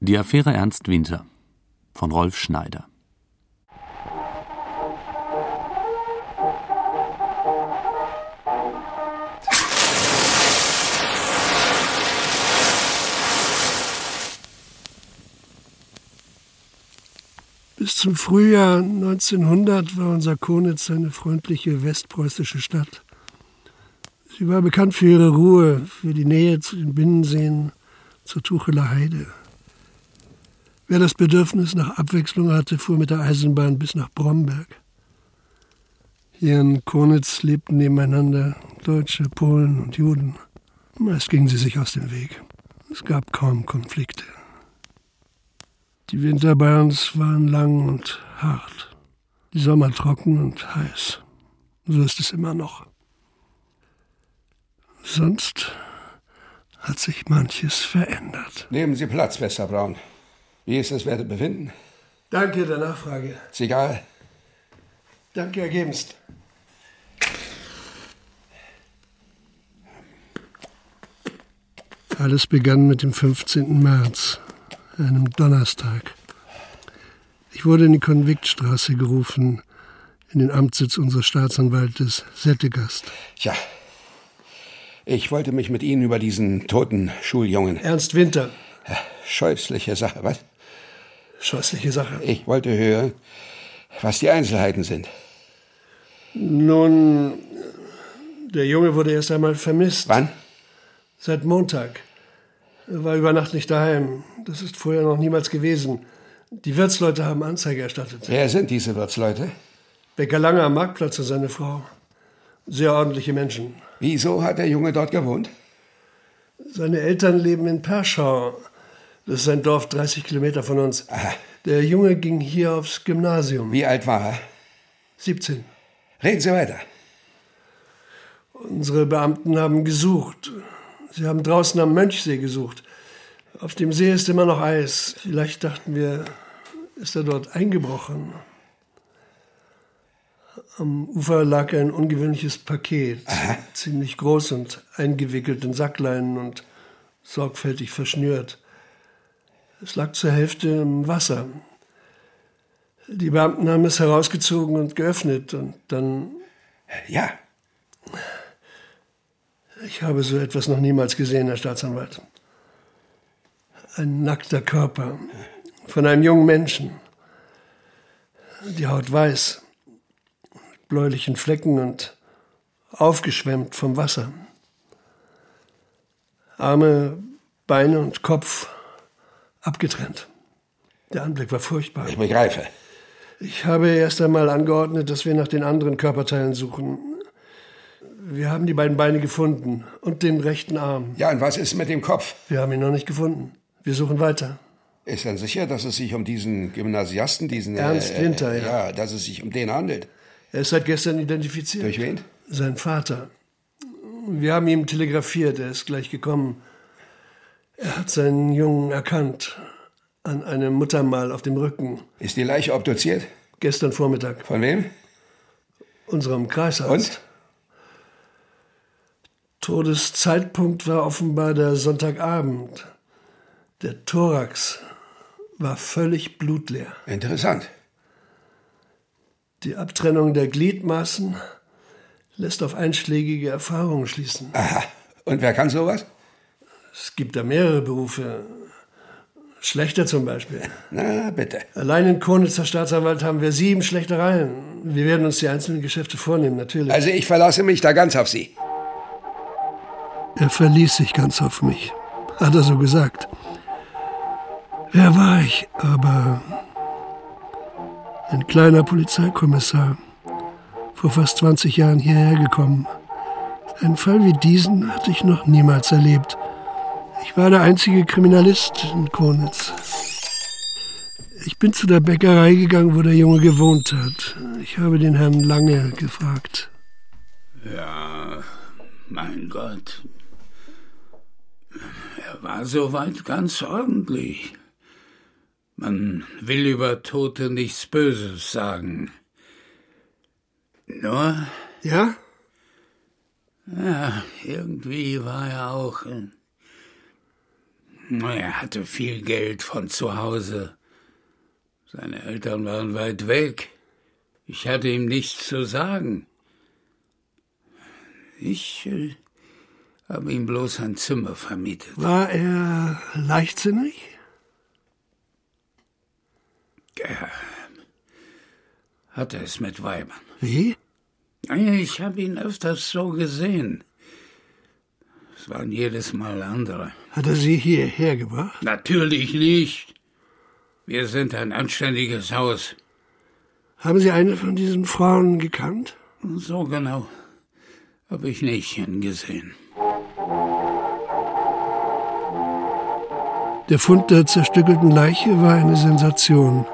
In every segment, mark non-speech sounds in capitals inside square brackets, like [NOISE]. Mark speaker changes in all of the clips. Speaker 1: Die Affäre Ernst Winter von Rolf Schneider.
Speaker 2: Bis zum Frühjahr 1900 war unser Konitz eine freundliche westpreußische Stadt. Sie war bekannt für ihre Ruhe, für die Nähe zu den Binnenseen, zur Tucheler Heide. Wer das Bedürfnis nach Abwechslung hatte, fuhr mit der Eisenbahn bis nach Bromberg. Hier in Konitz lebten nebeneinander Deutsche, Polen und Juden. Meist gingen sie sich aus dem Weg. Es gab kaum Konflikte. Die Winter bei uns waren lang und hart. Die Sommer trocken und heiß. So ist es immer noch. Sonst hat sich manches verändert.
Speaker 3: Nehmen Sie Platz, Westerbraun. Wie ist das Wertebefinden?
Speaker 2: Danke der Nachfrage.
Speaker 3: Ist egal.
Speaker 2: Danke ergebenst. Alles begann mit dem 15. März, einem Donnerstag. Ich wurde in die Konviktstraße gerufen, in den Amtssitz unseres Staatsanwaltes Settegast.
Speaker 3: Tja, ich wollte mich mit Ihnen über diesen toten Schuljungen.
Speaker 2: Ernst Winter,
Speaker 3: Scheußliche Sache, was?
Speaker 2: scheußliche Sache.
Speaker 3: Ich wollte hören, was die Einzelheiten sind.
Speaker 2: Nun, der Junge wurde erst einmal vermisst.
Speaker 3: Wann?
Speaker 2: Seit Montag. Er war über Nacht nicht daheim. Das ist vorher noch niemals gewesen. Die Wirtsleute haben Anzeige erstattet.
Speaker 3: Wer sind diese Wirtsleute?
Speaker 2: Becker Lange am Marktplatz und seine Frau. Sehr ordentliche Menschen.
Speaker 3: Wieso hat der Junge dort gewohnt?
Speaker 2: Seine Eltern leben in Perschau. Das ist ein Dorf 30 Kilometer von uns. Der Junge ging hier aufs Gymnasium.
Speaker 3: Wie alt war er?
Speaker 2: 17.
Speaker 3: Reden Sie weiter.
Speaker 2: Unsere Beamten haben gesucht. Sie haben draußen am Mönchsee gesucht. Auf dem See ist immer noch Eis. Vielleicht dachten wir, ist er dort eingebrochen. Am Ufer lag ein ungewöhnliches Paket, ziemlich groß und eingewickelt in Sackleinen und sorgfältig verschnürt. Es lag zur Hälfte im Wasser. Die Beamten haben es herausgezogen und geöffnet und dann
Speaker 3: Ja,
Speaker 2: Ich habe so etwas noch niemals gesehen, Herr Staatsanwalt. Ein nackter Körper von einem jungen Menschen. Die Haut weiß, mit bläulichen Flecken und aufgeschwemmt vom Wasser. Arme, Beine und Kopf abgetrennt. Der Anblick war furchtbar.
Speaker 3: ich begreife.
Speaker 2: Ich habe erst einmal angeordnet, dass wir nach den anderen Körperteilen suchen. Wir haben die beiden Beine gefunden und den rechten Arm.
Speaker 3: Ja, und was ist mit dem Kopf?
Speaker 2: Wir haben ihn noch nicht gefunden. Wir suchen weiter.
Speaker 3: Ist dann sicher, dass es sich um diesen Gymnasiasten, diesen...
Speaker 2: Ernst Winter,
Speaker 3: ja.
Speaker 2: ja.
Speaker 3: Ja, dass es sich um den handelt.
Speaker 2: Er ist seit gestern identifiziert.
Speaker 3: Durch wen?
Speaker 2: Sein Vater. Wir haben ihm telegrafiert, er ist gleich gekommen. Er hat seinen Jungen erkannt. An einem Muttermal auf dem Rücken.
Speaker 3: Ist die Leiche obduziert?
Speaker 2: Gestern Vormittag.
Speaker 3: Von wem?
Speaker 2: Unserem Kreisarzt.
Speaker 3: Und?
Speaker 2: Todeszeitpunkt war offenbar der Sonntagabend. Der Thorax war völlig blutleer.
Speaker 3: Interessant.
Speaker 2: Die Abtrennung der Gliedmaßen lässt auf einschlägige Erfahrungen schließen.
Speaker 3: Aha. Und wer kann sowas?
Speaker 2: Es gibt da mehrere Berufe. Schlechter zum Beispiel.
Speaker 3: Na, bitte.
Speaker 2: Allein in Konitzer Staatsanwalt haben wir sieben Schlechtereien. Wir werden uns die einzelnen Geschäfte vornehmen, natürlich.
Speaker 3: Also ich verlasse mich da ganz auf Sie.
Speaker 2: Er verließ sich ganz auf mich, hat er so gesagt. Wer war ich? Aber ein kleiner Polizeikommissar, vor fast 20 Jahren hierher gekommen. Einen Fall wie diesen hatte ich noch niemals erlebt. Ich war der einzige Kriminalist in Konitz. Ich bin zu der Bäckerei gegangen, wo der Junge gewohnt hat. Ich habe den Herrn Lange gefragt.
Speaker 4: Ja, mein Gott. Er war soweit ganz ordentlich. Man will über Tote nichts Böses sagen. Nur
Speaker 2: Ja?
Speaker 4: ja, irgendwie war er auch äh, Er hatte viel Geld von zu Hause. Seine Eltern waren weit weg. Ich hatte ihm nichts zu sagen. Ich äh, habe ihm bloß ein Zimmer vermietet.
Speaker 2: War er leichtsinnig?
Speaker 4: Er hatte es mit Weibern.
Speaker 2: Wie?
Speaker 4: Ich habe ihn öfters so gesehen. Es waren jedes Mal andere.
Speaker 2: Hat er sie hierher gebracht?
Speaker 4: Natürlich nicht. Wir sind ein anständiges Haus.
Speaker 2: Haben Sie eine von diesen Frauen gekannt?
Speaker 4: So genau habe ich nicht hingesehen.
Speaker 2: Der Fund der zerstückelten Leiche war eine Sensation.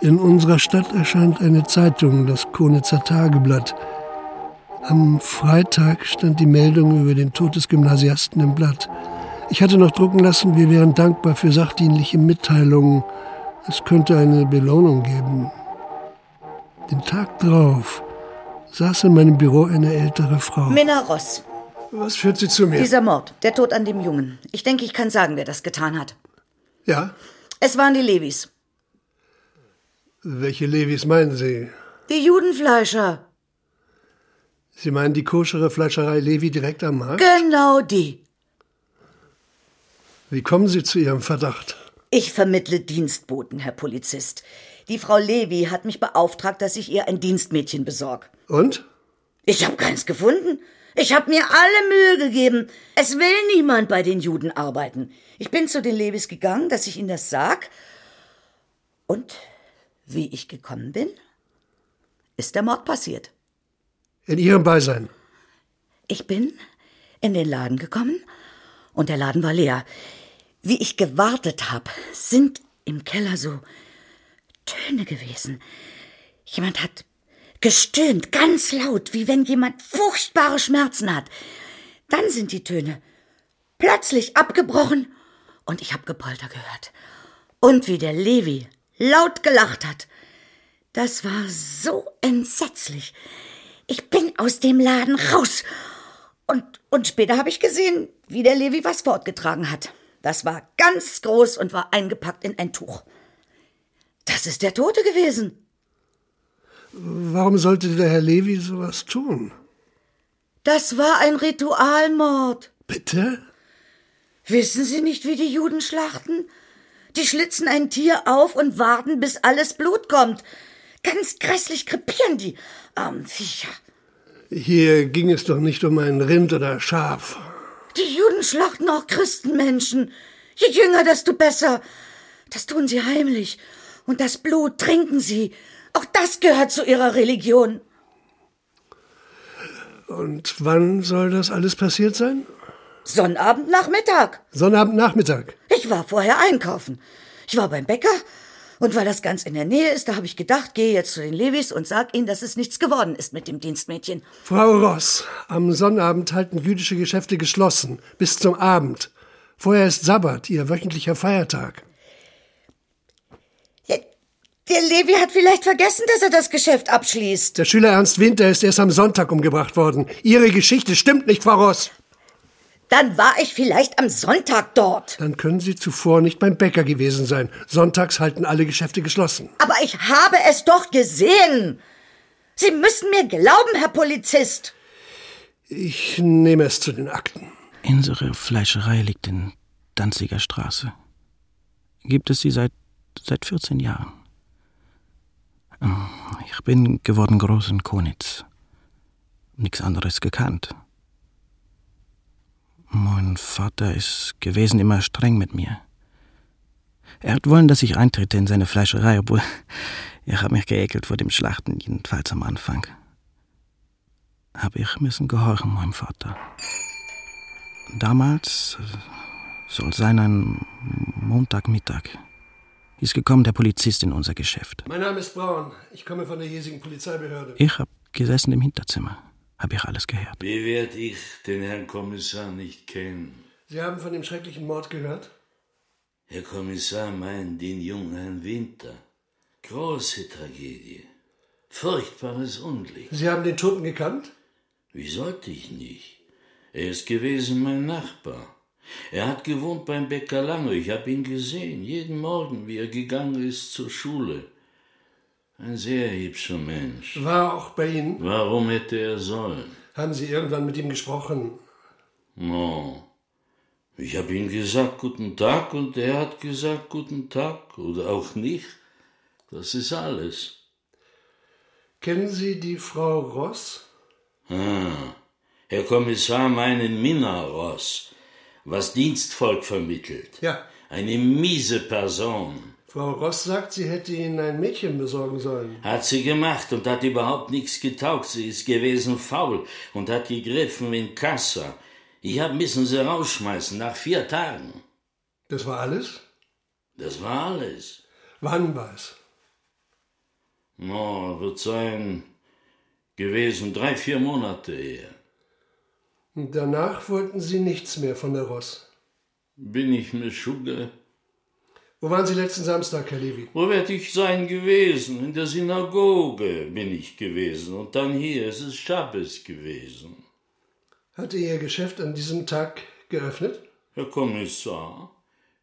Speaker 2: In unserer Stadt erscheint eine Zeitung, das Konitzer Tageblatt. Am Freitag stand die Meldung über den Tod des Gymnasiasten im Blatt. Ich hatte noch drucken lassen, wir wären dankbar für sachdienliche Mitteilungen. Es könnte eine Belohnung geben. Den Tag drauf saß in meinem Büro eine ältere Frau.
Speaker 5: Minna Ross,
Speaker 2: Oh. Was führt sie zu mir?
Speaker 5: dieser Mord, der Tod an dem Jungen. Ich denke, ich kann sagen, wer das getan hat.
Speaker 2: Ja?
Speaker 5: Es waren die Levis.
Speaker 2: Welche Levis meinen Sie?
Speaker 5: Die Judenfleischer.
Speaker 2: Sie meinen die koschere Fleischerei Levi direkt am Markt?
Speaker 5: Genau die.
Speaker 2: Wie kommen Sie zu Ihrem Verdacht?
Speaker 5: Ich vermittle Dienstboten, Herr Polizist. Die Frau Levi hat mich beauftragt, dass ich ihr ein Dienstmädchen besorge.
Speaker 2: Und?
Speaker 5: Ich habe keins gefunden. Ich habe mir alle Mühe gegeben. Es will niemand bei den Juden arbeiten. Ich bin zu den Levis gegangen, dass ich ihnen das sag. Und wie ich gekommen bin, ist der Mord passiert.
Speaker 2: In Ihrem Beisein.
Speaker 5: Ich bin in den Laden gekommen und der Laden war leer. Wie ich gewartet habe, sind im Keller so Töne gewesen. Jemand hat gestöhnt, ganz laut, wie wenn jemand furchtbare Schmerzen hat. Dann sind die Töne plötzlich abgebrochen und ich habe Gepolter gehört. Und wie der Levi laut gelacht hat. Das war so entsetzlich. Ich bin aus dem Laden raus. Und, und später habe ich gesehen, wie der Levi was fortgetragen hat. Das war ganz groß und war eingepackt in ein Tuch. Das ist der Tote gewesen.
Speaker 2: Warum sollte der Herr Levi sowas tun?
Speaker 5: Das war ein Ritualmord.
Speaker 2: Bitte?
Speaker 5: Wissen Sie nicht, wie die Juden schlachten? Die schlitzen ein Tier auf und warten, bis alles Blut kommt. Ganz grässlich krepieren die armen Viecher.
Speaker 2: Hier ging es doch nicht um ein Rind oder Schaf.
Speaker 5: Die Juden schlachten auch Christenmenschen. Je jünger, desto besser. Das tun sie heimlich. Und das Blut trinken sie. Auch das gehört zu ihrer Religion.
Speaker 2: Und wann soll das alles passiert sein?
Speaker 5: Sonnabend Nachmittag.
Speaker 2: Sonnabendnachmittag.
Speaker 5: Ich war vorher einkaufen. Ich war beim Bäcker. Und weil das ganz in der Nähe ist, da habe ich gedacht, gehe jetzt zu den Levis und sag ihnen, dass es nichts geworden ist mit dem Dienstmädchen.
Speaker 2: Frau Ross, am Sonnabend halten jüdische Geschäfte geschlossen. Bis zum Abend. Vorher ist Sabbat, ihr wöchentlicher Feiertag.
Speaker 5: Der, der Levi hat vielleicht vergessen, dass er das Geschäft abschließt.
Speaker 2: Der Schüler Ernst Winter ist erst am Sonntag umgebracht worden. Ihre Geschichte stimmt nicht, Frau Ross.
Speaker 5: Dann war ich vielleicht am Sonntag dort.
Speaker 2: Dann können Sie zuvor nicht beim Bäcker gewesen sein. Sonntags halten alle Geschäfte geschlossen.
Speaker 5: Aber ich habe es doch gesehen. Sie müssen mir glauben, Herr Polizist.
Speaker 2: Ich nehme es zu den Akten.
Speaker 6: Unsere Fleischerei liegt in Danziger Straße. Gibt es sie seit, seit 14 Jahren. Ähm, Ich bin geworden groß in Konitz. Nichts anderes gekannt. Mein Vater ist gewesen immer streng mit mir. Er hat wollen, dass ich eintrete in seine Fleischerei, obwohl [LAUGHS] ich habe mich geekelt vor dem Schlachten, jedenfalls am Anfang. Hab ich müssen gehorchen, meinem Vater. Damals äh, soll sein ein Montagmittag. Ist gekommen der Polizist in unser Geschäft.
Speaker 2: Mein Name ist Braun. Ich komme von der hiesigen Polizeibehörde.
Speaker 6: Ich hab gesessen im Hinterzimmer. Hab ich alles gehört.
Speaker 7: Wie werd ich den Herrn Kommissar nicht kennen?
Speaker 2: Sie haben von dem schrecklichen Mord gehört?
Speaker 7: Herr Kommissar meint den jungen Herrn Winter. Große Tragödie. Furchtbares Unglück.
Speaker 2: Sie haben den Toten gekannt?
Speaker 7: Wie sollte ich nicht? Er ist gewesen mein Nachbar. Er hat gewohnt beim Bäcker Lange. Ich habe ihn gesehen, jeden Morgen, wie er gegangen ist zur Schule. Ein sehr hübscher Mensch.
Speaker 2: War auch bei Ihnen.
Speaker 7: Warum hätte er sollen?
Speaker 2: Haben Sie irgendwann mit ihm gesprochen?
Speaker 7: No. Ich habe ihm gesagt, guten Tag, und er hat gesagt, guten Tag, oder auch nicht. Das ist alles.
Speaker 2: Kennen Sie die Frau Ross?
Speaker 7: Ah, Herr Kommissar meinen Minna Ross, was Dienstvolk vermittelt.
Speaker 2: Ja.
Speaker 7: Eine miese Person.
Speaker 2: Frau Ross sagt, sie hätte Ihnen ein Mädchen besorgen sollen.
Speaker 7: Hat sie gemacht und hat überhaupt nichts getaugt. Sie ist gewesen faul und hat gegriffen in Kassa. Ich hab müssen sie rausschmeißen nach vier Tagen.
Speaker 2: Das war alles?
Speaker 7: Das war alles.
Speaker 2: Wann war es?
Speaker 7: No, wird sein gewesen drei, vier Monate her.
Speaker 2: Und danach wollten Sie nichts mehr von der Ross.
Speaker 7: Bin ich mir Sugar?
Speaker 2: Wo waren Sie letzten Samstag, Herr Levy?
Speaker 7: Wo werd ich sein gewesen? In der Synagoge bin ich gewesen und dann hier. Es ist Schabbes gewesen.
Speaker 2: Hatte Ihr Geschäft an diesem Tag geöffnet?
Speaker 7: Herr Kommissar,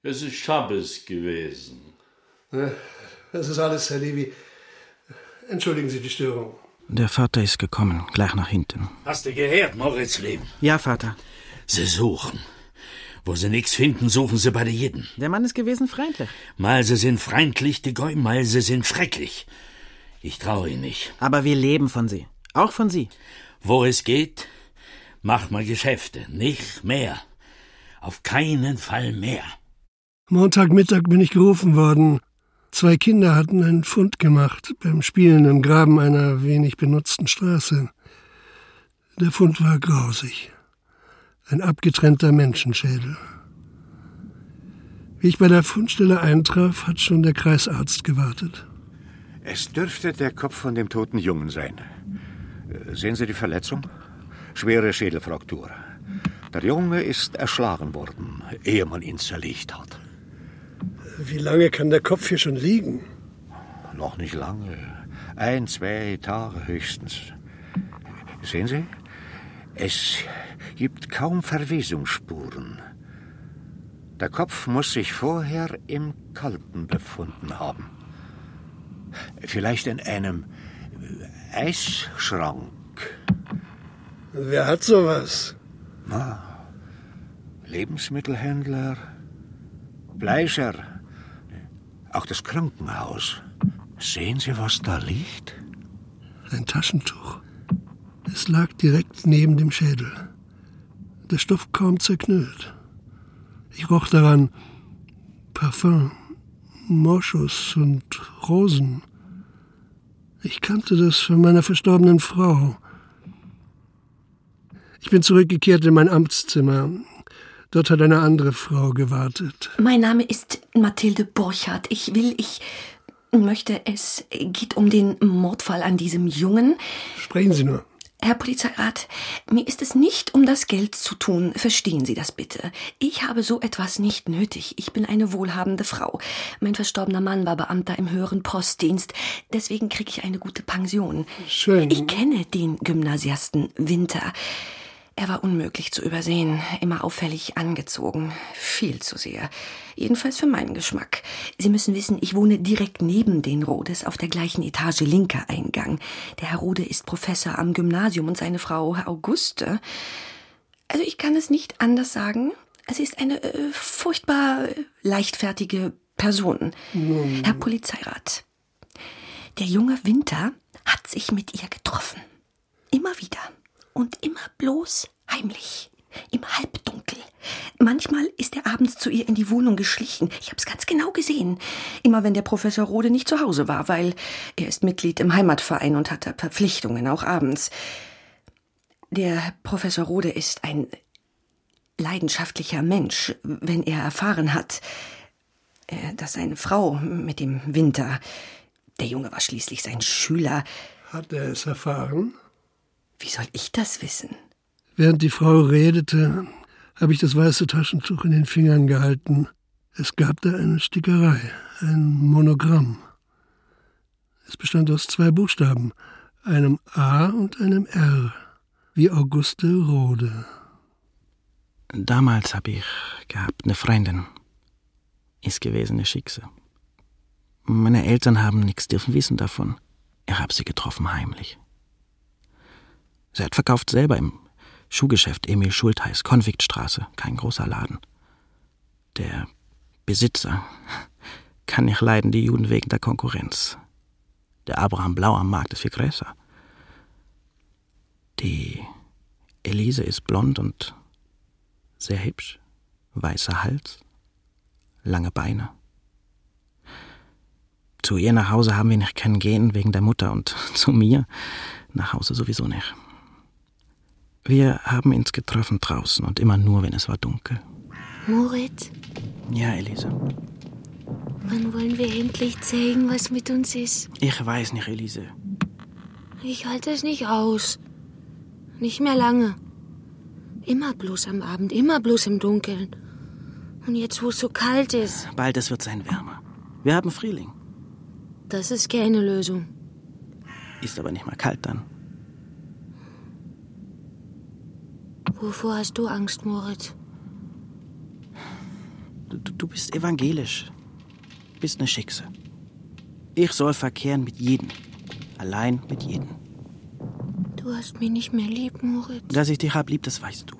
Speaker 7: es ist Schabbes gewesen.
Speaker 2: Ne, Das ist alles, Herr Levy. Entschuldigen Sie die Störung.
Speaker 6: Der Vater ist gekommen, gleich nach hinten.
Speaker 8: Hast du gehört, Moritzleben?
Speaker 6: Ja, Vater.
Speaker 8: Sie suchen. Wo sie nichts finden, suchen sie bei den Jeden.
Speaker 6: Der Mann ist gewesen freundlich.
Speaker 8: Mal sie sind freundlich, die Gäu, mal sie sind schrecklich. Ich traue ihnen nicht.
Speaker 6: Aber wir leben von sie. Auch von sie.
Speaker 8: Wo es geht, mach mal Geschäfte. Nicht mehr. Auf keinen Fall mehr.
Speaker 2: Montagmittag bin ich gerufen worden. Zwei Kinder hatten einen Fund gemacht beim Spielen im Graben einer wenig benutzten Straße. Der Fund war grausig. Ein abgetrennter Menschenschädel. Wie ich bei der Fundstelle eintraf, hat schon der Kreisarzt gewartet.
Speaker 9: Es dürfte der Kopf von dem toten Jungen sein. Äh, Sehen Sie die Verletzung? Schwere Schädelfraktur. Der Junge ist erschlagen worden, ehe man ihn zerlegt hat.
Speaker 2: Wie lange kann der Kopf hier schon liegen?
Speaker 9: Noch nicht lange. Ein, zwei Tage höchstens. Sehen Sie? Es gibt kaum Verwesungsspuren. Der Kopf muss sich vorher im Kalten befunden haben. Vielleicht in einem äh, Eisschrank.
Speaker 2: Wer hat sowas?
Speaker 9: Lebensmittelhändler, Fleischer, auch das Krankenhaus. Sehen Sie, was da liegt?
Speaker 2: Ein Taschentuch. Es lag direkt neben dem Schädel. Der Stoff kaum zerknüllt. Ich roch daran Parfum, Moschus und Rosen. Ich kannte das von meiner verstorbenen Frau. Ich bin zurückgekehrt in mein Amtszimmer. Dort hat eine andere Frau gewartet.
Speaker 10: Mein Name ist Mathilde Borchardt. Ich will, ich möchte, es geht um den Mordfall an diesem Jungen.
Speaker 2: Sprechen Sie nur.
Speaker 10: Herr Polizeirat, mir ist es nicht um das Geld zu tun. Verstehen Sie das bitte. Ich habe so etwas nicht nötig. Ich bin eine wohlhabende Frau. Mein verstorbener Mann war Beamter im höheren Postdienst. Deswegen kriege ich eine gute Pension.
Speaker 2: Schön.
Speaker 10: Ich kenne den Gymnasiasten Winter. Er war unmöglich zu übersehen, immer auffällig angezogen, viel zu sehr. Jedenfalls für meinen Geschmack. Sie müssen wissen, ich wohne direkt neben den Rodes auf der gleichen Etage linker Eingang. Der Herr Rode ist Professor am Gymnasium und seine Frau Auguste. Also ich kann es nicht anders sagen. Es ist eine äh, furchtbar äh, leichtfertige Person. Herr Polizeirat, der junge Winter hat sich mit ihr getroffen. Immer wieder. Und immer bloß heimlich. Im Halbdunkel. Manchmal ist er abends zu ihr in die Wohnung geschlichen. Ich hab's ganz genau gesehen. Immer wenn der Professor Rode nicht zu Hause war, weil er ist Mitglied im Heimatverein und hat da Verpflichtungen, auch abends. Der Professor Rode ist ein leidenschaftlicher Mensch, wenn er erfahren hat, äh, dass seine Frau mit dem Winter, der Junge war schließlich sein Schüler,
Speaker 2: Hat er es erfahren?
Speaker 10: wie soll ich das wissen?
Speaker 2: Während die Frau redete, habe ich das weiße Taschentuch in den Fingern gehalten. Es gab da eine Stickerei, ein Monogramm. Es bestand aus zwei Buchstaben, einem A und einem R, wie Auguste Rode.
Speaker 6: Damals habe ich gehabt eine Freundin. Ist gewesen ihr Schicksal. Meine Eltern haben nichts dürfen wissen davon. Ich habe sie getroffen heimlich. Sie hat verkauft selber im Schuhgeschäft Emil Schultheiß, Konviktstraße, kein großer Laden. Der Besitzer [LAUGHS] kann nicht leiden die Juden wegen der Konkurrenz. Der Abraham Blau am Markt ist viel größer. Die Elise ist blond und sehr hübsch, weißer Hals, lange Beine. Zu ihr nach Hause haben wir nicht können gehen wegen der Mutter und [LAUGHS] zu mir nach Hause sowieso nicht. Wir haben uns getroffen draußen und immer nur, wenn es war dunkel.
Speaker 11: Moritz,
Speaker 6: Ja, Elise.
Speaker 11: wann wollen wir endlich zeigen, was mit uns ist?
Speaker 6: Ich weiß nicht, Elise.
Speaker 11: Ich halte es nicht aus. Nicht mehr lange. Immer bloß am Abend, immer bloß im Dunkeln. Und jetzt, wo es so kalt ist,
Speaker 6: Bald es wird sein wärmer. Wir haben Frühling.
Speaker 11: das ist keine Lösung.
Speaker 6: Ist aber nicht mal kalt dann.
Speaker 11: Wovor hast du Angst, Moritz?
Speaker 6: Du, du du bist evangelisch. Bist ne Schickse. Ich soll verkehren mit jedem. Allein mit jedem.
Speaker 11: Du hast mich nicht mehr lieb, Moritz.
Speaker 6: Dass ich dich hab lieb, das weißt du.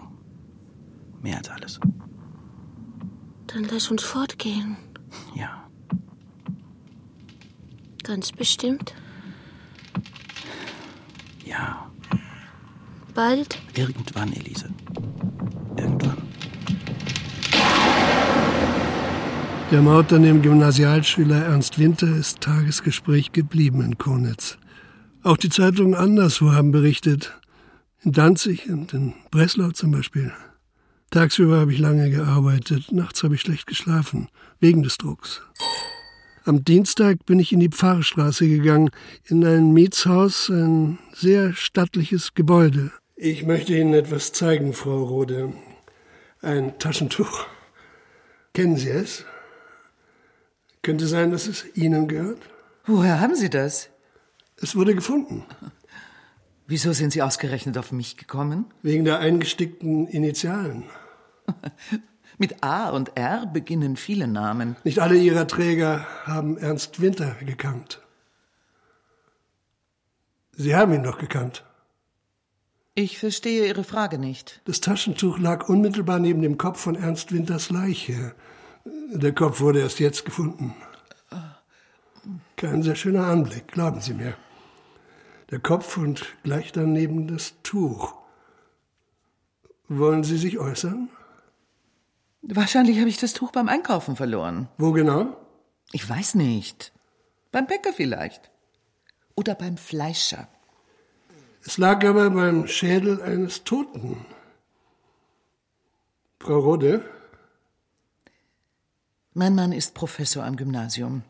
Speaker 6: Mehr als alles.
Speaker 11: Dann lass uns fortgehen.
Speaker 6: Ja.
Speaker 11: Ganz bestimmt.
Speaker 6: Ja.
Speaker 11: Bald.
Speaker 6: Irgendwann, Elise.
Speaker 2: Der Mord an dem Gymnasialschüler Ernst Winter ist Tagesgespräch geblieben in Konitz. Auch die Zeitungen anderswo haben berichtet. In Danzig und in Breslau zum Beispiel. Tagsüber habe ich lange gearbeitet, nachts habe ich schlecht geschlafen, wegen des Drucks. Am Dienstag bin ich in die Pfarrstraße gegangen, in ein Mietshaus, ein sehr stattliches Gebäude. Ich möchte Ihnen etwas zeigen, Frau Rode. Ein Taschentuch. Kennen Sie es? Könnte sein, dass es Ihnen gehört.
Speaker 12: Woher haben Sie das?
Speaker 2: Es wurde gefunden.
Speaker 12: Wieso sind Sie ausgerechnet auf mich gekommen?
Speaker 2: Wegen der eingestickten Initialen.
Speaker 12: Mit A und R beginnen viele Namen.
Speaker 2: Nicht alle Ihrer Träger haben Ernst Winter gekannt. Sie haben ihn doch gekannt.
Speaker 12: Ich verstehe Ihre Frage nicht.
Speaker 2: Das Taschentuch lag unmittelbar neben dem Kopf von Ernst Winters Leiche. Der Kopf wurde erst jetzt gefunden. Kein sehr schöner Anblick, glauben Sie mir. Der Kopf und gleich daneben das Tuch. Wollen Sie sich äußern?
Speaker 12: Wahrscheinlich habe ich das Tuch beim Einkaufen verloren.
Speaker 2: Wo genau?
Speaker 12: Ich weiß nicht. Beim Bäcker vielleicht. Oder beim Fleischer.
Speaker 2: Es lag aber beim Schädel eines Toten. Frau Rode,
Speaker 12: Mein Mann ist Professor am Gymnasium.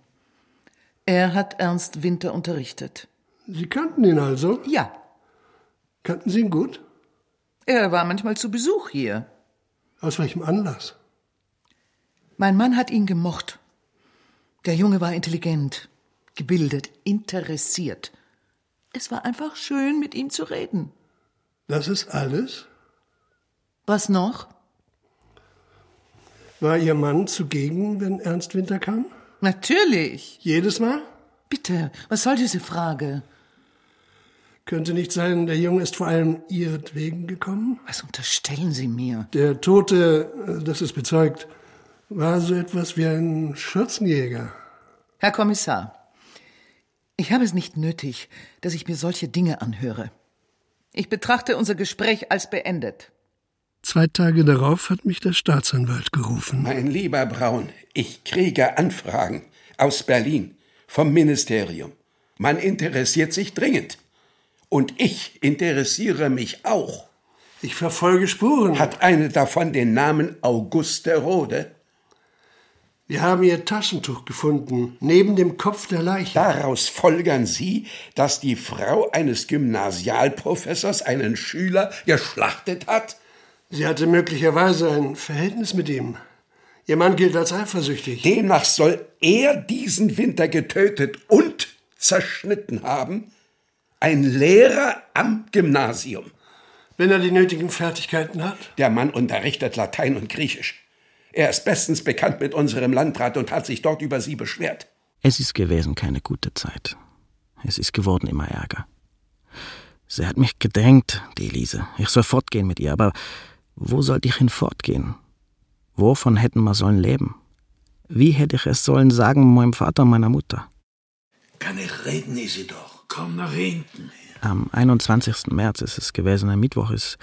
Speaker 12: Er hat Ernst Winter unterrichtet.
Speaker 2: Sie kannten ihn also?
Speaker 12: Ja.
Speaker 2: Kannten Sie ihn gut?
Speaker 12: Er war manchmal zu Besuch hier.
Speaker 2: aus welchem Anlass?
Speaker 12: Mein Mann hat ihn gemocht. Der Junge war intelligent, gebildet, interessiert. Es war einfach schön, mit ihm zu reden.
Speaker 2: Das ist alles?
Speaker 12: Was noch?
Speaker 2: War Ihr Mann zugegen, wenn Ernst Winter kam?
Speaker 12: Natürlich.
Speaker 2: Jedes Mal?
Speaker 12: Bitte, was soll diese Frage?
Speaker 2: Könnte nicht sein, der Junge ist vor allem Ihretwegen gekommen?
Speaker 12: Was unterstellen Sie mir?
Speaker 2: Der Tote, äh, das ist bezeugt, war so etwas wie ein Schürzenjäger.
Speaker 12: Herr Kommissar, ich habe es nicht nötig, dass ich mir solche Dinge anhöre. Ich betrachte unser Gespräch als beendet.
Speaker 2: Zwei Tage darauf hat mich der Staatsanwalt gerufen.
Speaker 3: Mein lieber Braun, ich kriege Anfragen aus Berlin vom Ministerium. Man interessiert sich dringend. Und ich interessiere mich auch.
Speaker 2: Ich verfolge Spuren.
Speaker 3: Hat eine davon den Namen Auguste Rode?
Speaker 2: Wir haben ihr Taschentuch gefunden, neben dem Kopf der Leiche.
Speaker 3: Daraus folgern Sie, dass die Frau eines Gymnasialprofessors einen Schüler geschlachtet hat?
Speaker 2: Sie hatte möglicherweise ein Verhältnis mit ihm. Ihr Mann gilt als eifersüchtig.
Speaker 3: Demnach soll er diesen Winter getötet und zerschnitten haben? Ein Lehrer am Gymnasium.
Speaker 2: Wenn er die nötigen Fertigkeiten hat.
Speaker 3: Der Mann unterrichtet Latein und Griechisch. Er ist bestens bekannt mit unserem Landrat und hat sich dort über Sie beschwert.
Speaker 6: Es ist gewesen keine gute Zeit. Es ist geworden immer Ärger. Sie hat mich gedrängt, die Elise. Ich soll fortgehen mit ihr, aber wo sollte ich hin fortgehen? Wovon hätten wir sollen leben? Wie hätte ich es sollen sagen meinem Vater und meiner Mutter?
Speaker 13: Kann ich reden, Isidor? Komm nach hinten.
Speaker 6: Am 21. März ist es gewesen, am Mittwoch ist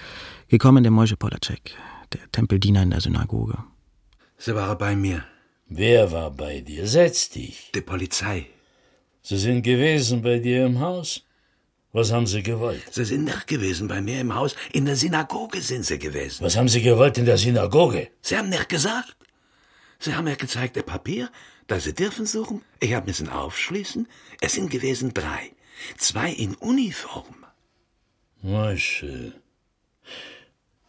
Speaker 6: gekommen der Moshe Polacek, der Tempeldiener in der Synagoge.
Speaker 13: Sie waren bei mir.
Speaker 7: Wer war bei dir? Setz dich.
Speaker 13: Die Polizei.
Speaker 7: Sie sind gewesen bei dir im Haus? Was haben sie gewollt?
Speaker 13: Sie sind nicht gewesen bei mir im Haus. In der Synagoge sind sie gewesen.
Speaker 7: Was haben sie gewollt in der Synagoge?
Speaker 13: Sie haben nicht gesagt. Sie haben mir gezeigt, ein Papier, da sie dürfen suchen. Ich habe müssen aufschließen. Es sind gewesen drei. Zwei in Uniform.
Speaker 7: Mosche.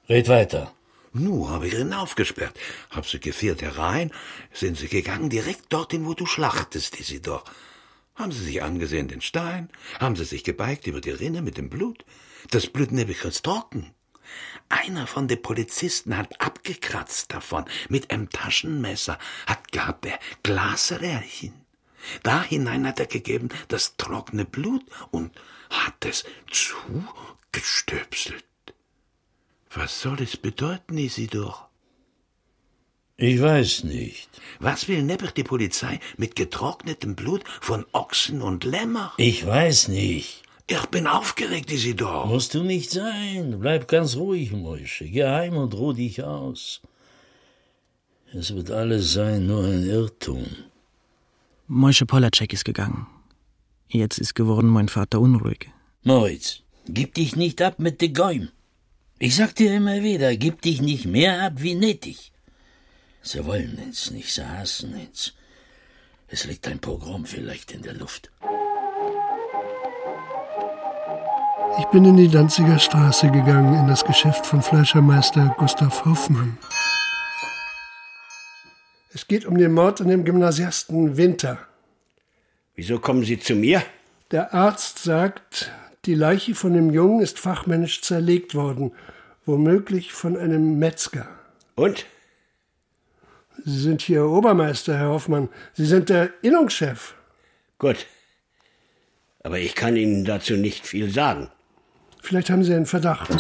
Speaker 7: Red weiter.
Speaker 13: Nu habe ich ihn aufgesperrt, hab sie geführt herein, sind sie gegangen direkt dorthin, wo du schlachtest, Isidor. Haben sie sich angesehen den Stein, haben sie sich gebeigt über die Rinne mit dem Blut. Das Blut nehme ich als trocken. Einer von den Polizisten hat abgekratzt davon mit einem Taschenmesser, hat gehabt der Glasröhrchen. Da hinein hat er gegeben das trockene Blut und hat es zugestöpselt. Was soll es bedeuten, Isidor?
Speaker 7: Ich weiß nicht.
Speaker 13: Was will Neppich die Polizei mit getrocknetem Blut von Ochsen und Lämmer?
Speaker 7: Ich weiß nicht.
Speaker 13: Ich bin aufgeregt, Isidor.
Speaker 7: Musst du nicht sein. Bleib ganz ruhig, Mosche. Geh heim und ruh dich aus. Es wird alles sein, nur ein Irrtum.
Speaker 6: Mosche Polacek ist gegangen. Jetzt ist geworden mein Vater unruhig.
Speaker 7: Moritz, gib dich nicht ab mit de Gäum. Ich sag dir immer wieder, gib dich nicht mehr ab wie nötig. Sie wollen es nicht, sie hassen es. Es liegt ein Pogrom vielleicht in der Luft.
Speaker 2: Ich bin in die Danziger Straße gegangen, in das Geschäft von Fleischermeister Gustav Hoffmann. Es geht um den Mord an dem Gymnasiasten Winter.
Speaker 14: Wieso kommen Sie zu mir?
Speaker 2: Der Arzt sagt, die Leiche von dem Jungen ist fachmännisch zerlegt worden, womöglich von einem Metzger.
Speaker 14: Und?
Speaker 2: Sie sind hier Obermeister, Herr Hoffmann. Sie sind der Innungschef.
Speaker 14: Gut. Aber ich kann Ihnen dazu nicht viel sagen.
Speaker 2: Vielleicht haben Sie einen Verdacht,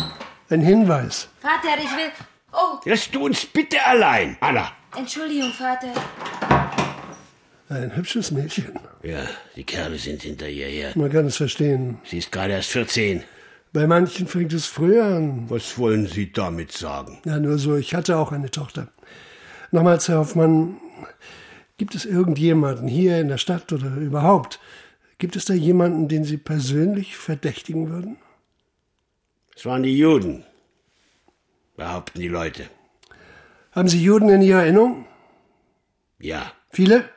Speaker 2: einen Hinweis.
Speaker 15: Vater, ich will. Oh!
Speaker 14: Lass du uns bitte allein, Anna!
Speaker 15: Entschuldigung, Vater.
Speaker 2: Ein hübsches Mädchen.
Speaker 14: Ja, die Kerle sind hinter ihr her.
Speaker 2: Man kann es verstehen.
Speaker 14: Sie ist gerade erst 14.
Speaker 2: Bei manchen fängt es früher an.
Speaker 14: Was wollen Sie damit sagen?
Speaker 2: Ja, nur so, ich hatte auch eine Tochter. Nochmals, Herr Hoffmann, gibt es irgendjemanden hier in der Stadt oder überhaupt? Gibt es da jemanden, den Sie persönlich verdächtigen würden?
Speaker 14: Es waren die Juden, behaupten die Leute.
Speaker 2: Haben Sie Juden in Ihrer Erinnerung?
Speaker 14: Ja.
Speaker 2: Viele?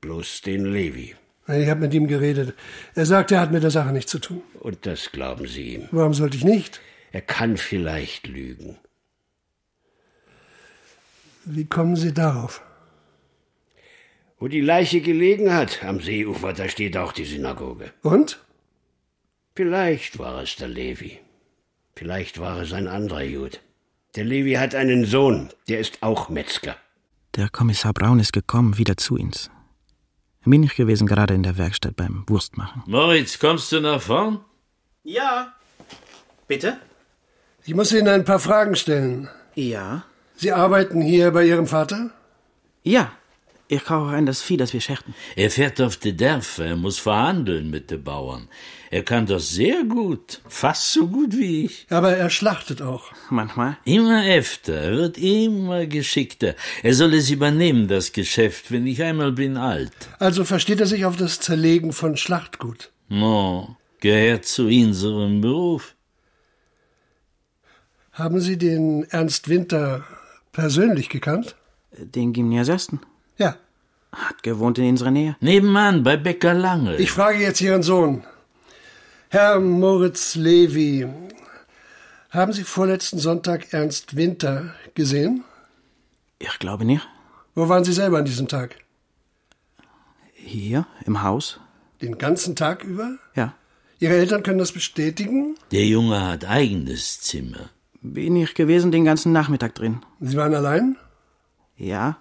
Speaker 14: Bloß den Levi.
Speaker 2: Ich habe mit ihm geredet. Er sagt, er hat mit der Sache nichts zu tun.
Speaker 14: Und das glauben Sie ihm.
Speaker 2: Warum sollte ich nicht?
Speaker 14: Er kann vielleicht lügen.
Speaker 2: Wie kommen Sie darauf?
Speaker 14: Wo die Leiche gelegen hat, am Seeufer, da steht auch die Synagoge.
Speaker 2: Und?
Speaker 14: Vielleicht war es der Levi. Vielleicht war es ein anderer Jude. Der Levi hat einen Sohn, der ist auch Metzger.
Speaker 6: Der Kommissar Braun ist gekommen, wieder zu uns. Bin ich gewesen gerade in der Werkstatt beim Wurstmachen.
Speaker 7: Moritz, kommst du nach vorn?
Speaker 16: Ja. Bitte?
Speaker 2: Ich muss Ihnen ein paar Fragen stellen.
Speaker 6: Ja.
Speaker 2: Sie arbeiten hier bei Ihrem Vater?
Speaker 6: Ja. Ich kaufe ein das Vieh, das wir schärten.
Speaker 7: Er fährt auf die Dörfer, er muss verhandeln mit den Bauern. Er kann das sehr gut, fast so gut wie ich.
Speaker 2: Aber er schlachtet auch.
Speaker 6: Manchmal.
Speaker 7: Immer öfter, er wird immer geschickter. Er soll es übernehmen, das Geschäft, wenn ich einmal bin alt.
Speaker 2: Also versteht er sich auf das Zerlegen von Schlachtgut?
Speaker 7: No, gehört zu unserem Beruf.
Speaker 2: Haben Sie den Ernst Winter persönlich gekannt?
Speaker 6: Den Gymnasiasten?
Speaker 2: Ja.
Speaker 6: Äh, Hat gewohnt in unserer Nähe.
Speaker 7: Nebenan, bei Bäcker Lange.
Speaker 2: Ich frage jetzt Ihren Sohn. Herr Moritz Levi, haben Sie vorletzten Sonntag Ernst Winter gesehen?
Speaker 6: Ich glaube nicht.
Speaker 2: Wo waren Sie selber an diesem Tag?
Speaker 6: Hier, im Haus.
Speaker 2: Den ganzen Tag über?
Speaker 6: Ja.
Speaker 2: Ihre Eltern können das bestätigen?
Speaker 7: Der Junge hat eigenes Zimmer.
Speaker 6: Bin ich gewesen den ganzen Nachmittag drin.
Speaker 2: Sie waren allein?
Speaker 6: Ja.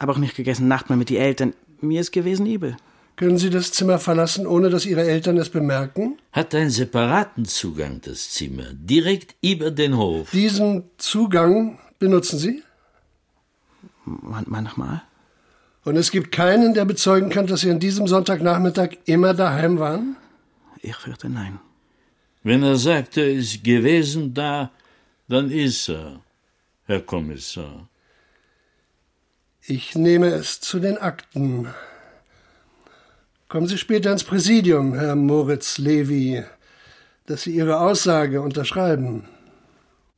Speaker 6: Aber auch nicht gegessen Nachtmahl mit den Eltern. Mir ist gewesen übel.
Speaker 2: Können Sie das Zimmer verlassen, ohne dass Ihre Eltern es bemerken?
Speaker 7: Hat einen separaten Zugang, das Zimmer, direkt über den Hof.
Speaker 2: Diesen Zugang benutzen Sie?
Speaker 6: Manchmal.
Speaker 2: Und es gibt keinen, der bezeugen kann, dass Sie an diesem Sonntagnachmittag immer daheim waren?
Speaker 6: Ich fürchte nein.
Speaker 8: Wenn er sagt, er ist gewesen da, dann ist er, Herr Kommissar.
Speaker 2: Ich nehme es zu den Akten. Kommen Sie später ins Präsidium, Herr Moritz Levi, dass Sie Ihre Aussage unterschreiben.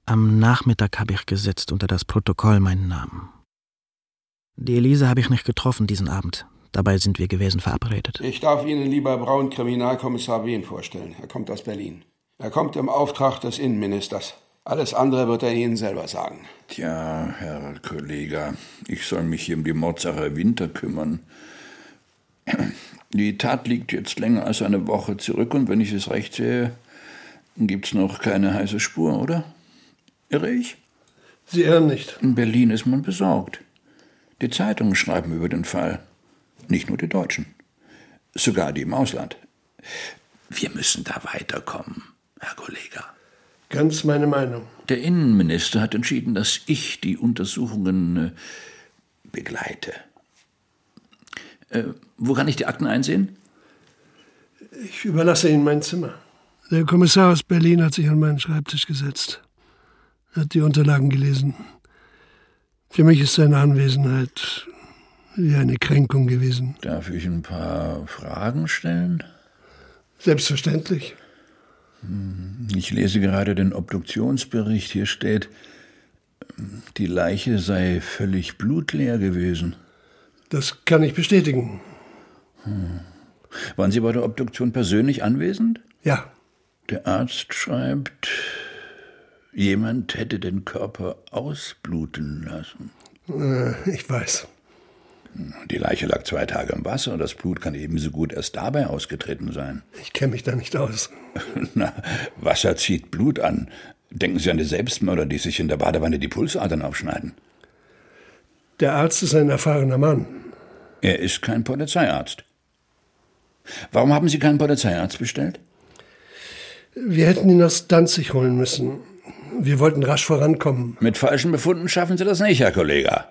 Speaker 6: Am Nachmittag habe ich gesetzt unter das Protokoll meinen Namen. Die Elise habe ich nicht getroffen diesen Abend. Dabei sind wir gewesen verabredet.
Speaker 3: Ich darf Ihnen lieber Braun Kriminalkommissar Wien vorstellen. Er kommt aus Berlin. Er kommt im Auftrag des Innenministers. Alles andere wird er Ihnen selber sagen.
Speaker 17: Tja, Herr Kollege, ich soll mich hier um die Mordsache Winter kümmern. Die Tat liegt jetzt länger als eine Woche zurück und wenn ich es recht sehe, gibt's noch keine heiße Spur, oder? Irre ich?
Speaker 2: Sie irren nicht.
Speaker 17: In Berlin ist man besorgt. Die Zeitungen schreiben über den Fall. Nicht nur die Deutschen. Sogar die im Ausland. Wir müssen da weiterkommen, Herr Kollege.
Speaker 2: Ganz meine Meinung.
Speaker 17: Der Innenminister hat entschieden, dass ich die Untersuchungen äh, begleite. Äh, wo kann ich die Akten einsehen?
Speaker 2: Ich überlasse Ihnen mein Zimmer.
Speaker 12: Der Kommissar aus Berlin hat sich an meinen Schreibtisch gesetzt,
Speaker 2: hat die Unterlagen gelesen. Für mich ist seine Anwesenheit wie eine Kränkung gewesen.
Speaker 17: Darf ich ein paar Fragen stellen?
Speaker 2: Selbstverständlich.
Speaker 17: Ich lese gerade den Obduktionsbericht. Hier steht, die Leiche sei völlig blutleer gewesen.
Speaker 2: Das kann ich bestätigen.
Speaker 17: Hm. Waren Sie bei der Obduktion persönlich anwesend?
Speaker 2: Ja.
Speaker 17: Der Arzt schreibt, jemand hätte den Körper ausbluten lassen.
Speaker 2: Äh, ich weiß.
Speaker 17: Die Leiche lag zwei Tage im Wasser und das Blut kann ebenso gut erst dabei ausgetreten sein. [LAUGHS]
Speaker 2: Ich kenne mich da nicht aus.
Speaker 17: Na, Wasser zieht Blut an. Denken Sie an die Selbstmörder, die sich in der Badewanne die Pulsadern aufschneiden.
Speaker 2: Der Arzt ist ein erfahrener Mann.
Speaker 17: Er ist kein Polizeiarzt. Warum haben Sie keinen Polizeiarzt bestellt?
Speaker 2: Wir hätten ihn aus Danzig holen müssen. Wir wollten rasch vorankommen.
Speaker 17: Mit falschen Befunden schaffen Sie das nicht, Herr Kollege.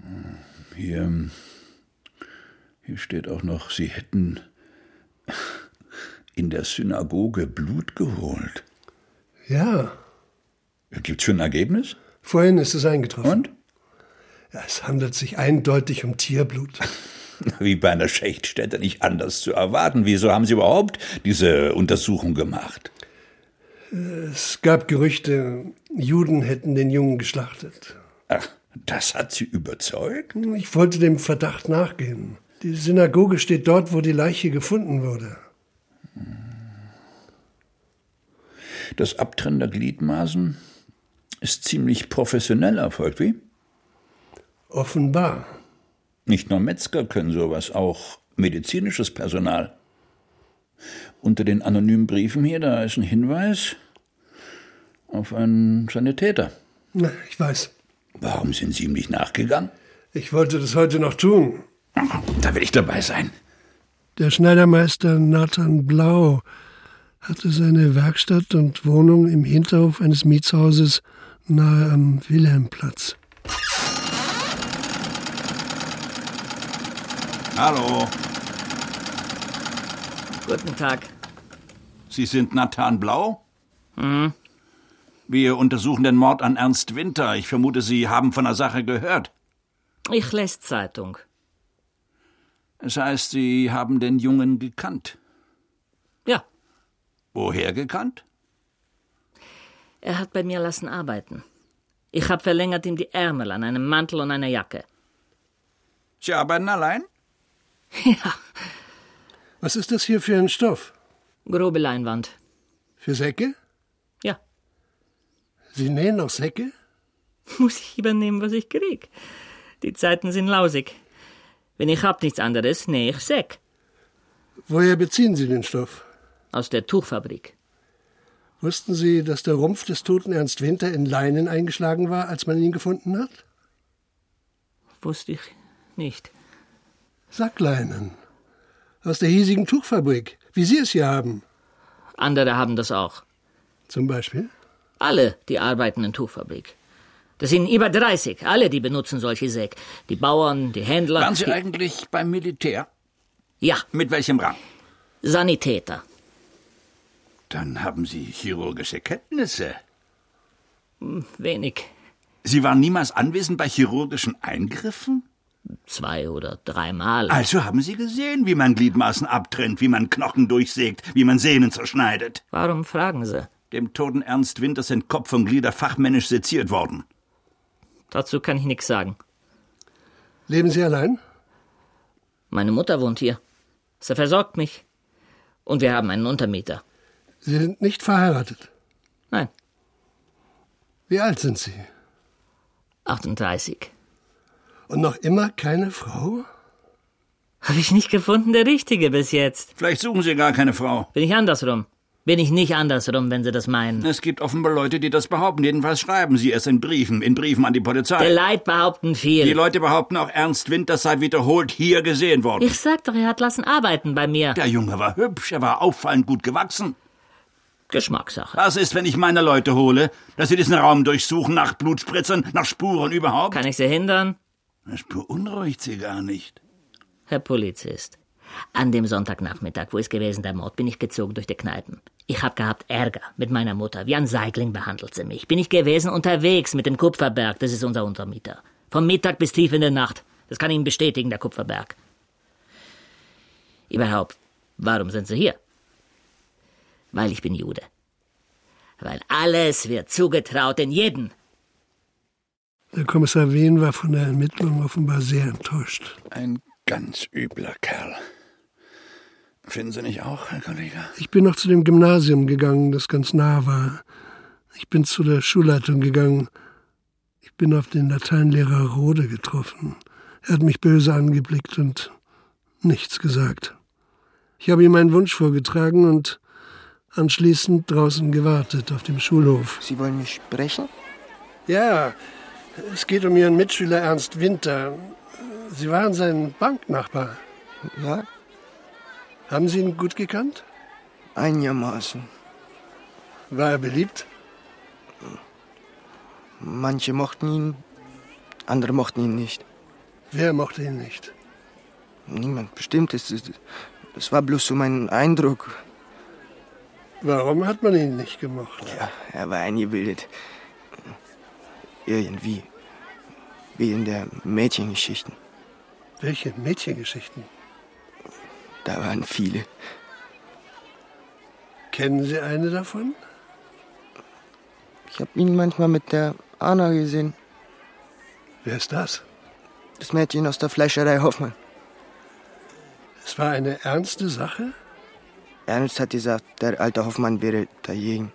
Speaker 17: Hm, Hier, hier steht auch noch, Sie hätten in der Synagoge Blut geholt.
Speaker 2: Ja.
Speaker 17: Gibt's schon ein Ergebnis? [LAUGHS]
Speaker 2: Vorhin ist es eingetroffen.
Speaker 17: Und?
Speaker 2: Ja, es handelt sich eindeutig um Tierblut.
Speaker 17: Wie bei einer Schächtstätte nicht anders zu erwarten. Wieso haben Sie überhaupt diese Untersuchung gemacht?
Speaker 2: Es gab Gerüchte, Juden hätten den Jungen geschlachtet.
Speaker 17: Ach, das hat sie überzeugt?
Speaker 2: Ich wollte dem Verdacht nachgehen. Die Synagoge steht dort, wo die Leiche gefunden wurde.
Speaker 17: Das Abtrennen der Gliedmaßen ist ziemlich professionell erfolgt, wie?
Speaker 2: Offenbar.
Speaker 17: Nicht nur Metzger können sowas, auch medizinisches Personal. Unter den anonymen Briefen hier, da ist ein Hinweis auf einen Sanitäter.
Speaker 2: Na, ich weiß.
Speaker 17: Warum sind Sie ihm nicht nachgegangen?
Speaker 2: Ich wollte das heute noch tun.
Speaker 17: Da will ich dabei sein.
Speaker 2: Der Schneidermeister Nathan Blau hatte seine Werkstatt und Wohnung im Hinterhof eines Mietshauses nahe am Wilhelmplatz.
Speaker 18: Hallo.
Speaker 19: Guten Tag.
Speaker 18: Sie sind Nathan Blau?
Speaker 19: Mhm.
Speaker 18: Wir untersuchen den Mord an Ernst Winter. Ich vermute, Sie haben von der Sache gehört.
Speaker 19: Ich lese Zeitung.
Speaker 18: Das heißt, Sie haben den Jungen gekannt?
Speaker 19: Ja.
Speaker 18: Woher gekannt?
Speaker 19: Er hat bei mir lassen arbeiten. Ich habe verlängert ihm die Ärmel an einem Mantel und einer Jacke.
Speaker 18: Sie arbeiten allein?
Speaker 19: Ja.
Speaker 2: Was ist das hier für ein Stoff?
Speaker 19: Grobe Leinwand.
Speaker 2: Für Säcke?
Speaker 19: Ja.
Speaker 2: Sie nähen auch Säcke?
Speaker 19: [LAUGHS] Muss ich übernehmen, was ich krieg. Die Zeiten sind lausig. Wenn ich hab nichts anderes, nähe ich Säck.
Speaker 2: Woher beziehen Sie den Stoff?
Speaker 19: Aus der Tuchfabrik.
Speaker 2: Wussten Sie, dass der Rumpf des toten Ernst Winter in Leinen eingeschlagen war, als man ihn gefunden hat?
Speaker 19: Wusste ich nicht.
Speaker 2: Sackleinen. Aus der hiesigen Tuchfabrik, wie Sie es hier haben.
Speaker 19: Andere haben das auch.
Speaker 2: Zum Beispiel?
Speaker 19: Alle, die arbeiten in Tuchfabrik. Das sind über 30. Alle, die benutzen solche Säck. Die Bauern, die Händler.
Speaker 18: Waren Sie
Speaker 19: die
Speaker 18: eigentlich beim Militär?
Speaker 19: Ja.
Speaker 18: Mit welchem Rang?
Speaker 19: Sanitäter.
Speaker 18: Dann haben Sie chirurgische Kenntnisse.
Speaker 19: Hm, Wenig.
Speaker 18: Sie waren niemals anwesend bei chirurgischen Eingriffen?
Speaker 19: Zwei oder dreimal.
Speaker 18: Also haben Sie gesehen, wie man Gliedmaßen abtrennt, wie man Knochen durchsägt, wie man Sehnen zerschneidet.
Speaker 19: Warum fragen Sie?
Speaker 18: Dem toten Ernst Winter sind Kopf und Glieder fachmännisch seziert worden.
Speaker 19: Dazu kann ich nichts sagen.
Speaker 2: Leben Sie allein?
Speaker 19: Meine Mutter wohnt hier. Sie versorgt mich. Und wir haben einen Untermieter.
Speaker 2: Sie sind nicht verheiratet.
Speaker 19: Nein.
Speaker 2: Wie alt sind Sie?
Speaker 19: 38.
Speaker 2: Und noch immer keine Frau?
Speaker 19: Habe ich nicht gefunden, der Richtige bis jetzt.
Speaker 18: Vielleicht suchen Sie gar keine Frau.
Speaker 19: Bin ich andersrum? Bin ich nicht andersrum, wenn Sie das meinen?
Speaker 18: Es gibt offenbar Leute, die das behaupten. Jedenfalls schreiben sie es in Briefen, in Briefen an die Polizei.
Speaker 19: Der Leid behaupten viel.
Speaker 18: Die Leute behaupten auch, Ernst Winter sei wiederholt hier gesehen worden.
Speaker 19: Ich sag doch, er hat lassen arbeiten bei mir.
Speaker 18: Der Junge war hübsch, er war auffallend gut gewachsen.
Speaker 19: Geschmackssache.
Speaker 18: Was ist, wenn ich meine Leute hole, dass sie diesen Raum durchsuchen, nach Blutspritzern, nach Spuren überhaupt?
Speaker 19: Kann ich sie hindern?
Speaker 18: Das beunruhigt sie gar nicht.
Speaker 19: Herr Polizist, an dem Sonntagnachmittag, wo es gewesen der Mord, bin ich gezogen durch die Kneipen. Ich hab gehabt Ärger mit meiner Mutter. Wie ein Seigling behandelt sie mich. Bin ich gewesen unterwegs mit dem Kupferberg, das ist unser Untermieter. Vom Mittag bis tief in die Nacht. Das kann Ihnen bestätigen, der Kupferberg. Überhaupt, warum sind Sie hier? Weil ich bin Jude. Weil alles wird zugetraut in jeden.
Speaker 2: Der Kommissar Wien war von der Ermittlung offenbar sehr enttäuscht.
Speaker 17: Ein ganz übler Kerl. Finden Sie nicht auch, Herr Kollege?
Speaker 2: Ich bin noch zu dem Gymnasium gegangen, das ganz nah war. Ich bin zu der Schulleitung gegangen. Ich bin auf den Lateinlehrer Rode getroffen. Er hat mich böse angeblickt und nichts gesagt. Ich habe ihm meinen Wunsch vorgetragen und anschließend draußen gewartet auf dem Schulhof.
Speaker 20: Sie wollen mich sprechen?
Speaker 2: Ja, es geht um Ihren Mitschüler Ernst Winter. Sie waren sein Banknachbar.
Speaker 20: Ja,
Speaker 2: Haben Sie ihn gut gekannt?
Speaker 20: einigermaßen.
Speaker 2: War er beliebt?
Speaker 20: Manche mochten ihn, andere mochten ihn nicht.
Speaker 2: Wer mochte ihn nicht?
Speaker 20: Niemand Bestimmtes. Das war bloß so mein Eindruck.
Speaker 2: Warum hat man ihn nicht gemocht?
Speaker 20: Ja, er war eingebildet. Irgendwie. Wie in der Mädchengeschichten.
Speaker 2: Welche Mädchengeschichten?
Speaker 20: Da waren viele.
Speaker 2: Kennen Sie eine davon?
Speaker 20: Ich habe ihn manchmal mit der Anna gesehen.
Speaker 2: Wer ist das?
Speaker 20: Das Mädchen aus der Fleischerei Hoffmann.
Speaker 2: Es war eine ernste Sache?
Speaker 20: Ernst hat gesagt, der alte Hoffmann wäre dagegen.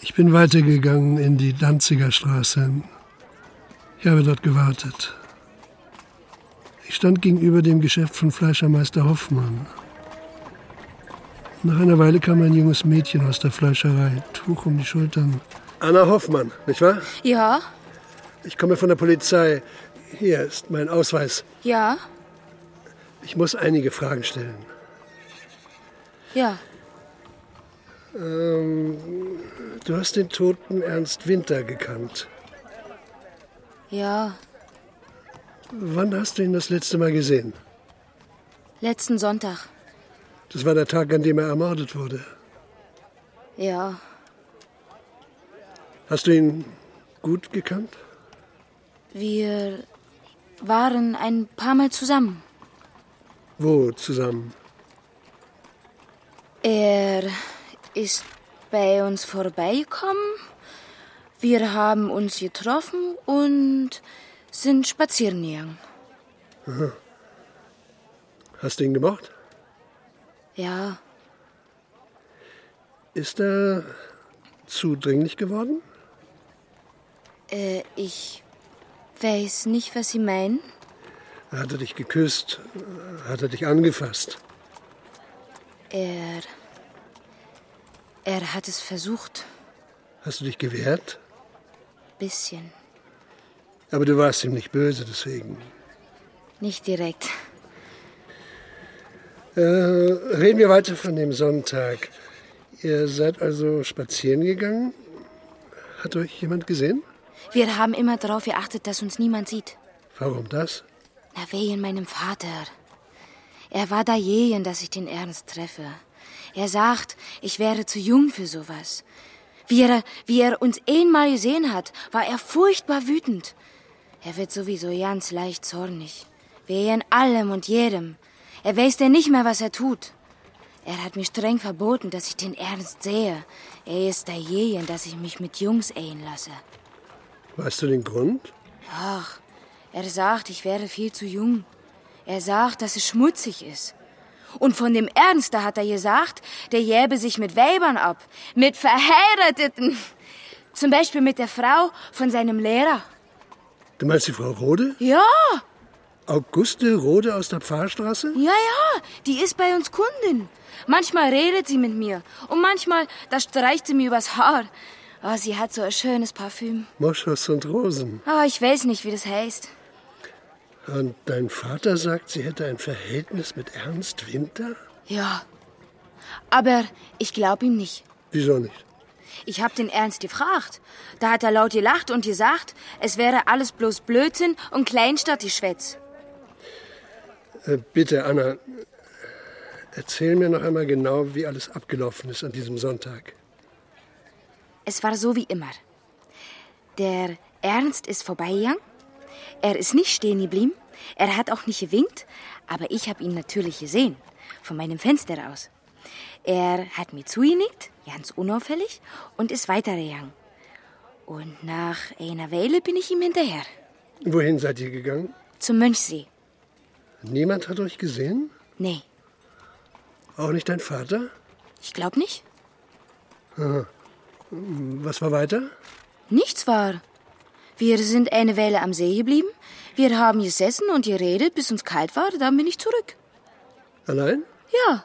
Speaker 2: Ich bin weitergegangen in die Danziger Straße. Ich habe dort gewartet. Ich stand gegenüber dem Geschäft von Fleischermeister Hoffmann. Nach einer Weile kam ein junges Mädchen aus der Fleischerei, Tuch um die Schultern. Anna Hoffmann, nicht wahr?
Speaker 15: Ja,
Speaker 2: Ich komme von der Polizei. Hier ist mein Ausweis.
Speaker 15: ja,
Speaker 2: Ich muss einige Fragen stellen.
Speaker 15: ja.
Speaker 2: Ähm, du hast den toten Ernst Winter gekannt.
Speaker 15: Ja,
Speaker 2: Wann hast du ihn das letzte Mal gesehen?
Speaker 15: letzten Sonntag.
Speaker 2: Das war der Tag, an dem er ermordet wurde.
Speaker 15: Ja,
Speaker 2: Hast du ihn gut gekannt?
Speaker 15: wir waren ein paar Mal zusammen.
Speaker 2: Wo zusammen?
Speaker 15: Er ist bei uns vorbeigekommen. Wir haben uns getroffen und sind spazieren gegangen.
Speaker 2: Aha. Hast du ihn gemocht?
Speaker 15: Ja,
Speaker 2: Ist er zudringlich geworden?
Speaker 15: äh, ich weiß nicht, was Sie meinen.
Speaker 2: Hat er dich geküsst? Hat er dich angefasst?
Speaker 15: Er. Er hat es versucht.
Speaker 2: Hast du dich gewehrt?
Speaker 15: Bisschen.
Speaker 2: Aber du warst ihm nicht böse, deswegen.
Speaker 15: Nicht direkt.
Speaker 2: Äh, reden wir weiter von dem Sonntag. Ihr seid also spazieren gegangen? Hat euch jemand gesehen?
Speaker 15: Wir haben immer darauf geachtet, dass uns niemand sieht.
Speaker 2: Warum das?
Speaker 15: Na, wegen meinem Vater. Er war dagegen, dass ich den Ernst treffe. Er sagt, ich wäre zu jung für sowas. Wie er, wie er uns einmal gesehen hat, war er furchtbar wütend. Er wird sowieso ganz leicht zornig. Wegen allem und jedem. Er weiß ja nicht mehr, was er tut. Er hat mir streng verboten, dass ich den Ernst sehe. Er ist dagegen, dass ich mich mit Jungs einlasse.
Speaker 2: Weißt du den Grund?
Speaker 15: Ach, er sagt, ich wäre viel zu jung. Er sagt, dass es schmutzig ist. Und von dem Ernst, da hat er gesagt, der jäbe sich mit Weibern ab, mit Verheirateten. Zum Beispiel mit der Frau von seinem Lehrer.
Speaker 2: Du meinst die Frau Rode?
Speaker 15: Ja,
Speaker 2: Auguste Rode aus der Pfarrstraße?
Speaker 15: ja, ja, die ist bei uns Kundin. Manchmal redet sie mit mir und manchmal, da streicht sie mir übers Haar. Oh, sie hat so ein schönes Parfüm.
Speaker 2: Moschus und Rosen.
Speaker 15: Oh, ich weiß nicht, wie das heißt.
Speaker 2: Und dein Vater sagt, sie hätte ein Verhältnis mit Ernst Winter?
Speaker 15: Ja, aber ich glaube ihm nicht.
Speaker 2: Wieso nicht?
Speaker 15: Ich hab den Ernst gefragt. Da hat er laut gelacht und gesagt, es wäre alles bloß Blödsinn und Kleinstadtgeschwätz.
Speaker 2: Äh, bitte, Anna, erzähl mir noch einmal genau, wie alles abgelaufen ist an diesem Sonntag.
Speaker 15: Es war so wie immer. Der Ernst ist vorbeigegangen. Er ist nicht stehen geblieben. Er hat auch nicht gewinkt. Aber ich habe ihn natürlich gesehen. Von meinem Fenster aus. Er hat mir zugenickt, ganz unauffällig, und ist weitergegangen. Und nach einer Weile bin ich ihm hinterher.
Speaker 2: Wohin seid ihr gegangen?
Speaker 15: Zum Mönchsee.
Speaker 2: Niemand hat euch gesehen?
Speaker 15: Nee,
Speaker 2: Auch nicht dein Vater?
Speaker 15: ich glaub nicht.
Speaker 2: Aha. Was war weiter?
Speaker 15: Nichts war. Wir sind eine Weile am See geblieben. Wir haben gesessen und geredet, bis uns kalt war. Dann bin ich zurück.
Speaker 2: Allein?
Speaker 15: Ja,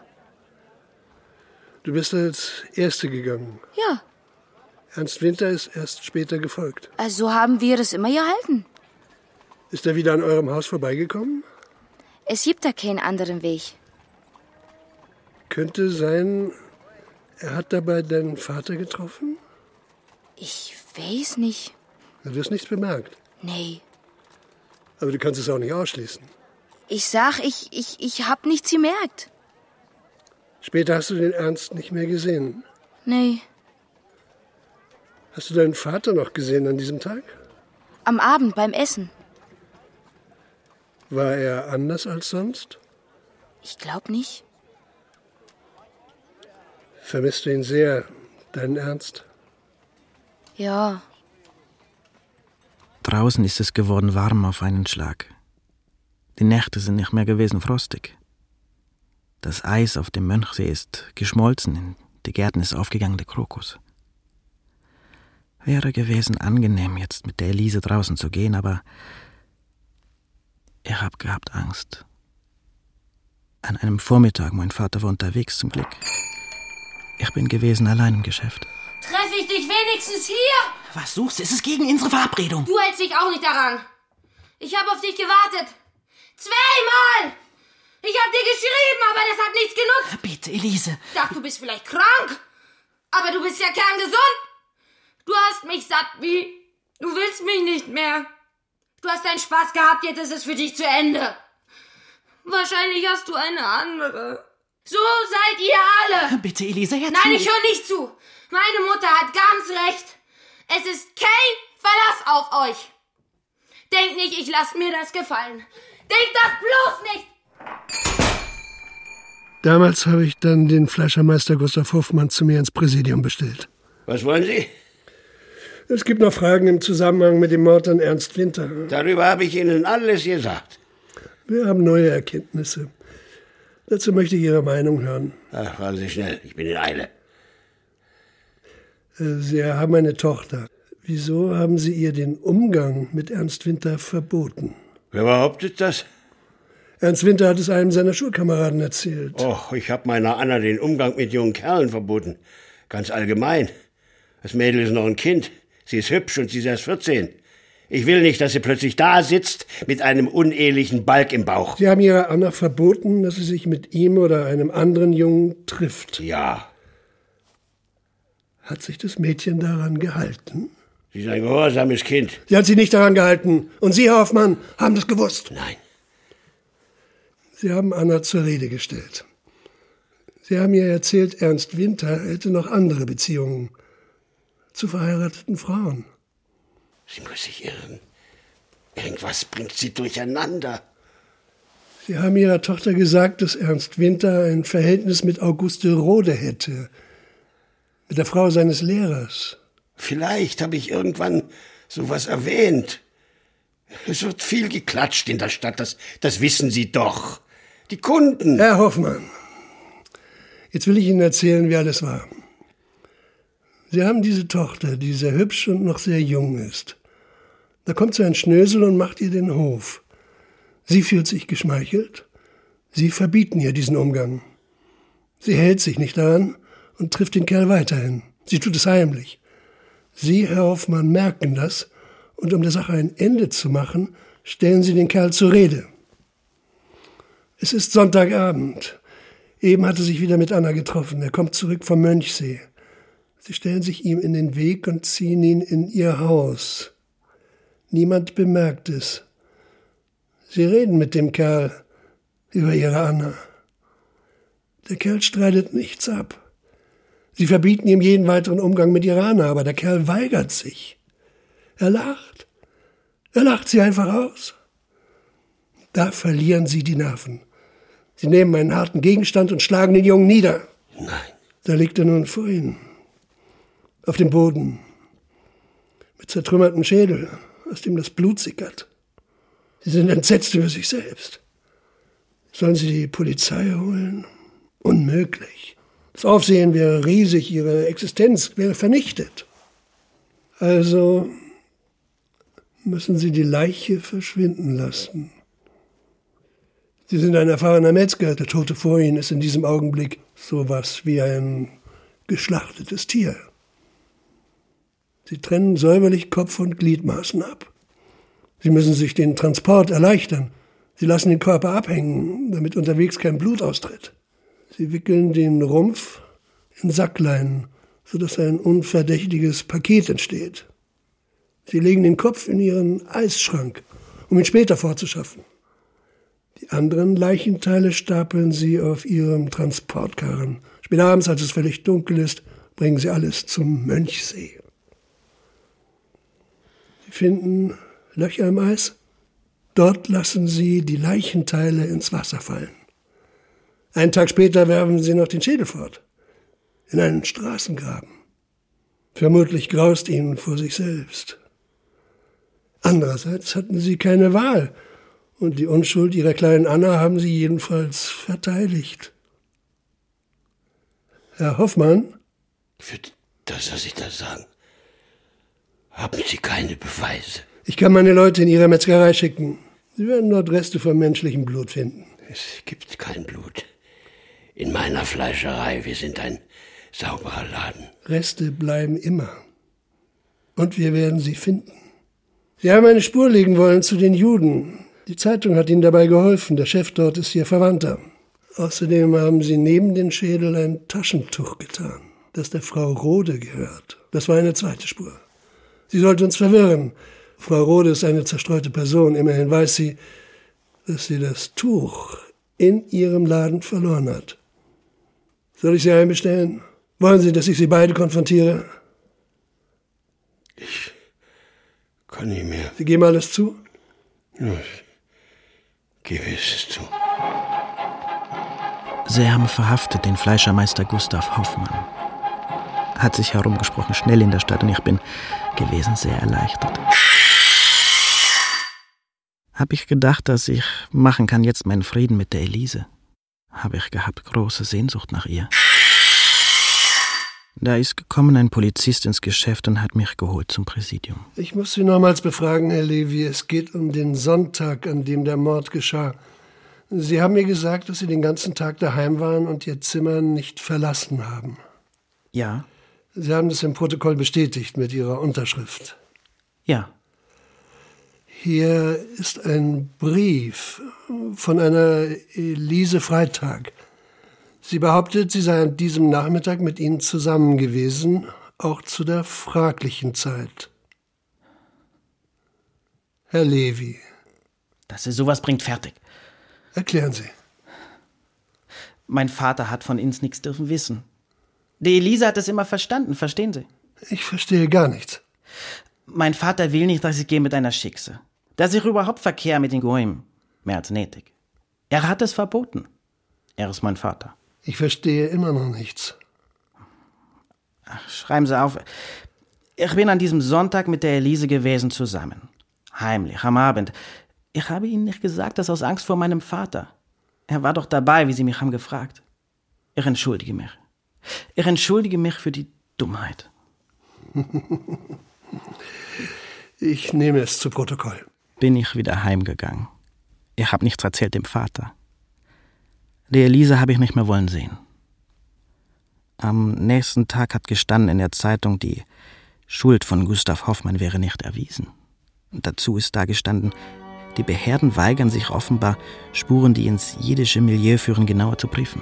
Speaker 2: Du bist als Erste gegangen.
Speaker 15: ja.
Speaker 2: Ernst Winter ist erst später gefolgt.
Speaker 15: Also so haben wir es immer gehalten.
Speaker 2: Ist er wieder an eurem Haus vorbeigekommen?
Speaker 15: Es gibt da keinen anderen Weg.
Speaker 2: Könnte sein, er hat dabei deinen Vater getroffen?
Speaker 15: Ich weiß nicht.
Speaker 2: Du hast nichts bemerkt.
Speaker 15: Nee.
Speaker 2: Aber du kannst es auch nicht ausschließen.
Speaker 15: Ich sag, ich, ich, ich hab nichts gemerkt.
Speaker 2: Später hast du den Ernst nicht mehr gesehen.
Speaker 15: Nee.
Speaker 2: Hast du deinen Vater noch gesehen an diesem Tag?
Speaker 15: Am Abend beim Essen.
Speaker 2: War er anders als sonst?
Speaker 15: Ich glaub nicht.
Speaker 2: Vermisst du ihn sehr, deinen Ernst?
Speaker 15: Ja.
Speaker 6: Draußen ist es geworden warm auf einen Schlag. Die Nächte sind nicht mehr gewesen frostig. Das Eis auf dem Mönchsee ist geschmolzen, in die Gärten ist aufgegangen der Krokus. Wäre gewesen angenehm, jetzt mit der Elise draußen zu gehen, aber ich hab gehabt Angst. An einem Vormittag, mein Vater war unterwegs zum Glück. Ich bin gewesen allein im Geschäft.
Speaker 21: Treffe ich dich wenigstens hier?
Speaker 6: Was suchst du? Es ist gegen unsere Verabredung.
Speaker 21: Du hältst dich auch nicht daran. Ich habe auf dich gewartet. Zweimal! Ich habe dir geschrieben, aber das hat nichts genutzt.
Speaker 6: Bitte, Elise.
Speaker 21: Ich dachte, du bist vielleicht krank. Aber du bist ja kerngesund. Du hast mich satt wie. Du willst mich nicht mehr. Du hast deinen Spaß gehabt, jetzt ist es für dich zu Ende. Wahrscheinlich hast du eine andere. So seid ihr alle.
Speaker 6: Bitte, Elise, jetzt.
Speaker 21: Nein, ich höre nicht zu. Meine Mutter hat ganz recht. Es ist kein Verlass auf euch. Denkt nicht, ich lasse mir das gefallen. Denkt das bloß nicht.
Speaker 2: Damals habe ich dann den Fleischermeister Gustav Hofmann zu mir ins Präsidium bestellt.
Speaker 14: Was wollen Sie?
Speaker 2: Es gibt noch Fragen im Zusammenhang mit dem Mord an Ernst Winter.
Speaker 14: Darüber habe ich Ihnen alles gesagt.
Speaker 2: Wir haben neue Erkenntnisse. Dazu möchte ich Ihre Meinung hören.
Speaker 14: Ach, fahren Sie schnell, ich bin in Eile.
Speaker 2: Äh, Sie haben eine Tochter. Wieso haben Sie ihr den Umgang mit Ernst Winter verboten?
Speaker 14: Wer behauptet das?
Speaker 2: Ernst Winter hat es einem seiner Schulkameraden erzählt.
Speaker 14: Och, ich hab meiner Anna den Umgang mit jungen Kerlen verboten. Ganz allgemein. Das Mädel ist noch ein Kind. Sie ist hübsch und sie ist erst 14. Ich will nicht, dass sie plötzlich da sitzt mit einem unehelichen Balk im Bauch.
Speaker 2: Sie haben ihrer Anna verboten, dass sie sich mit ihm oder einem anderen Jungen trifft.
Speaker 14: Ja.
Speaker 2: Hat sich das Mädchen daran gehalten?
Speaker 14: Sie ist ein gehorsames Kind.
Speaker 2: Sie hat sich nicht daran gehalten. Und Sie, Herr Hoffmann, haben das gewusst.
Speaker 14: Nein.
Speaker 2: Sie haben Anna zur Rede gestellt. Sie haben ihr erzählt, Ernst Winter hätte noch andere Beziehungen zu verheirateten Frauen.
Speaker 14: Sie muss sich irren. Irgendwas bringt sie durcheinander.
Speaker 2: Sie haben ihrer Tochter gesagt, dass Ernst Winter ein Verhältnis mit Auguste Rode hätte, mit der Frau seines Lehrers.
Speaker 14: Vielleicht habe ich irgendwann sowas erwähnt. Es wird viel geklatscht in der Stadt, das, das wissen Sie doch. Die Kunden.
Speaker 2: Herr Hoffmann, jetzt will ich Ihnen erzählen, wie alles war. Sie haben diese Tochter, die sehr hübsch und noch sehr jung ist. Da kommt so ein Schnösel und macht ihr den Hof. Sie fühlt sich geschmeichelt. Sie verbieten ihr diesen Umgang. Sie hält sich nicht daran und trifft den Kerl weiterhin. Sie tut es heimlich. Sie, Herr Hoffmann, merken das und um der Sache ein Ende zu machen, stellen Sie den Kerl zur Rede. Es ist Sonntagabend. Eben hat er sich wieder mit Anna getroffen. Er kommt zurück vom Mönchsee. Sie stellen sich ihm in den Weg und ziehen ihn in ihr Haus. Niemand bemerkt es. Sie reden mit dem Kerl über ihre Anna. Der Kerl streitet nichts ab. Sie verbieten ihm jeden weiteren Umgang mit Iraner, aber der Kerl weigert sich. Er lacht. Er lacht sie einfach aus. Da verlieren sie die Nerven. Sie nehmen einen harten Gegenstand und schlagen den Jungen nieder.
Speaker 14: Nein.
Speaker 2: Da liegt er nun vor ihnen. Auf dem Boden. Mit zertrümmertem Schädel, aus dem das Blut sickert. Sie sind entsetzt über sich selbst. Sollen sie die Polizei holen? Unmöglich. Das Aufsehen wäre riesig, ihre Existenz wäre vernichtet. Also müssen sie die Leiche verschwinden lassen. Sie sind ein erfahrener Metzger, der Tote vor ihnen ist in diesem Augenblick sowas wie ein geschlachtetes Tier. Sie trennen säuberlich Kopf und Gliedmaßen ab. Sie müssen sich den Transport erleichtern. Sie lassen den Körper abhängen, damit unterwegs kein Blut austritt. Sie wickeln den Rumpf in Sackleinen, sodass ein unverdächtiges Paket entsteht. Sie legen den Kopf in ihren Eisschrank, um ihn später vorzuschaffen. Die anderen Leichenteile stapeln sie auf ihrem Transportkarren. Spät abends, als es völlig dunkel ist, bringen sie alles zum Mönchsee. Sie finden Löcher im Eis. Dort lassen sie die Leichenteile ins Wasser fallen. Einen Tag später werfen sie noch den Schädel fort. In einen Straßengraben. Vermutlich graust ihnen vor sich selbst. Andererseits hatten sie keine Wahl. Und die Unschuld ihrer kleinen Anna haben sie jedenfalls verteidigt. Herr Hoffmann?
Speaker 14: Für das, was ich da sagen, haben Sie keine Beweise.
Speaker 2: Ich kann meine Leute in ihre Metzgerei schicken. Sie werden dort Reste von menschlichem Blut finden.
Speaker 14: Es gibt kein Blut. In meiner Fleischerei, wir sind ein sauberer Laden.
Speaker 2: Reste bleiben immer. Und wir werden sie finden. Sie haben eine Spur legen wollen zu den Juden. Die Zeitung hat ihnen dabei geholfen. Der Chef dort ist ihr Verwandter. Außerdem haben sie neben den Schädel ein Taschentuch getan, das der Frau Rode gehört. Das war eine zweite Spur. Sie sollte uns verwirren. Frau Rode ist eine zerstreute Person. Immerhin weiß sie, dass sie das Tuch in ihrem Laden verloren hat. Soll ich sie einbestellen? Wollen Sie, dass ich sie beide konfrontiere?
Speaker 14: Ich kann nicht mehr.
Speaker 2: Sie geben alles zu?
Speaker 14: Ja, ich gebe es zu.
Speaker 6: Sie haben verhaftet den Fleischermeister Gustav Hoffmann. Hat sich herumgesprochen, schnell in der Stadt, und ich bin gewesen sehr erleichtert. Hab ich gedacht, dass ich machen kann jetzt meinen Frieden mit der Elise. Habe ich gehabt große Sehnsucht nach ihr. Da ist gekommen ein Polizist ins Geschäft und hat mich geholt zum Präsidium.
Speaker 2: Ich muss Sie nochmals befragen, Herr Levi. Es geht um den Sonntag, an dem der Mord geschah. Sie haben mir gesagt, dass Sie den ganzen Tag daheim waren und Ihr Zimmer nicht verlassen haben.
Speaker 6: Ja,
Speaker 2: Sie haben das im Protokoll bestätigt mit Ihrer Unterschrift.
Speaker 6: Ja.
Speaker 2: Hier ist ein Brief von einer Elise Freitag. Sie behauptet, sie sei an diesem Nachmittag mit Ihnen zusammen gewesen, auch zu der fraglichen Zeit. Herr Levi.
Speaker 6: dass er sowas bringt, fertig.
Speaker 2: Erklären Sie.
Speaker 6: Mein Vater hat von Ins nichts dürfen wissen. Die Elisa hat es immer verstanden, verstehen Sie?
Speaker 2: Ich verstehe gar nichts.
Speaker 6: Mein Vater will nicht, dass ich gehe mit einer Schickse. Dass ich überhaupt Verkehr mit den Goim. Mehr als nötig. Er hat es verboten. Er ist mein Vater.
Speaker 2: Ich verstehe immer noch nichts. [LAUGHS]
Speaker 6: Ach, schreiben Sie auf. Ich bin an diesem Sonntag mit der Elise gewesen zusammen. Heimlich, am Abend. Ich habe Ihnen nicht gesagt, das aus Angst vor meinem Vater. Er war doch dabei, wie Sie mich haben gefragt. Ich entschuldige mich. Ich entschuldige mich für die Dummheit.
Speaker 2: Ich nehme es zu Protokoll.
Speaker 6: Bin ich wieder heimgegangen. Ich habe nichts erzählt dem Vater. Die Elise habe ich nicht mehr wollen sehen. Am nächsten Tag hat gestanden in der Zeitung, die Schuld von Gustav Hoffmann wäre nicht erwiesen. Und dazu ist da gestanden, die Behörden weigern sich offenbar, Spuren, die ins jiddische Milieu führen, genauer zu prüfen.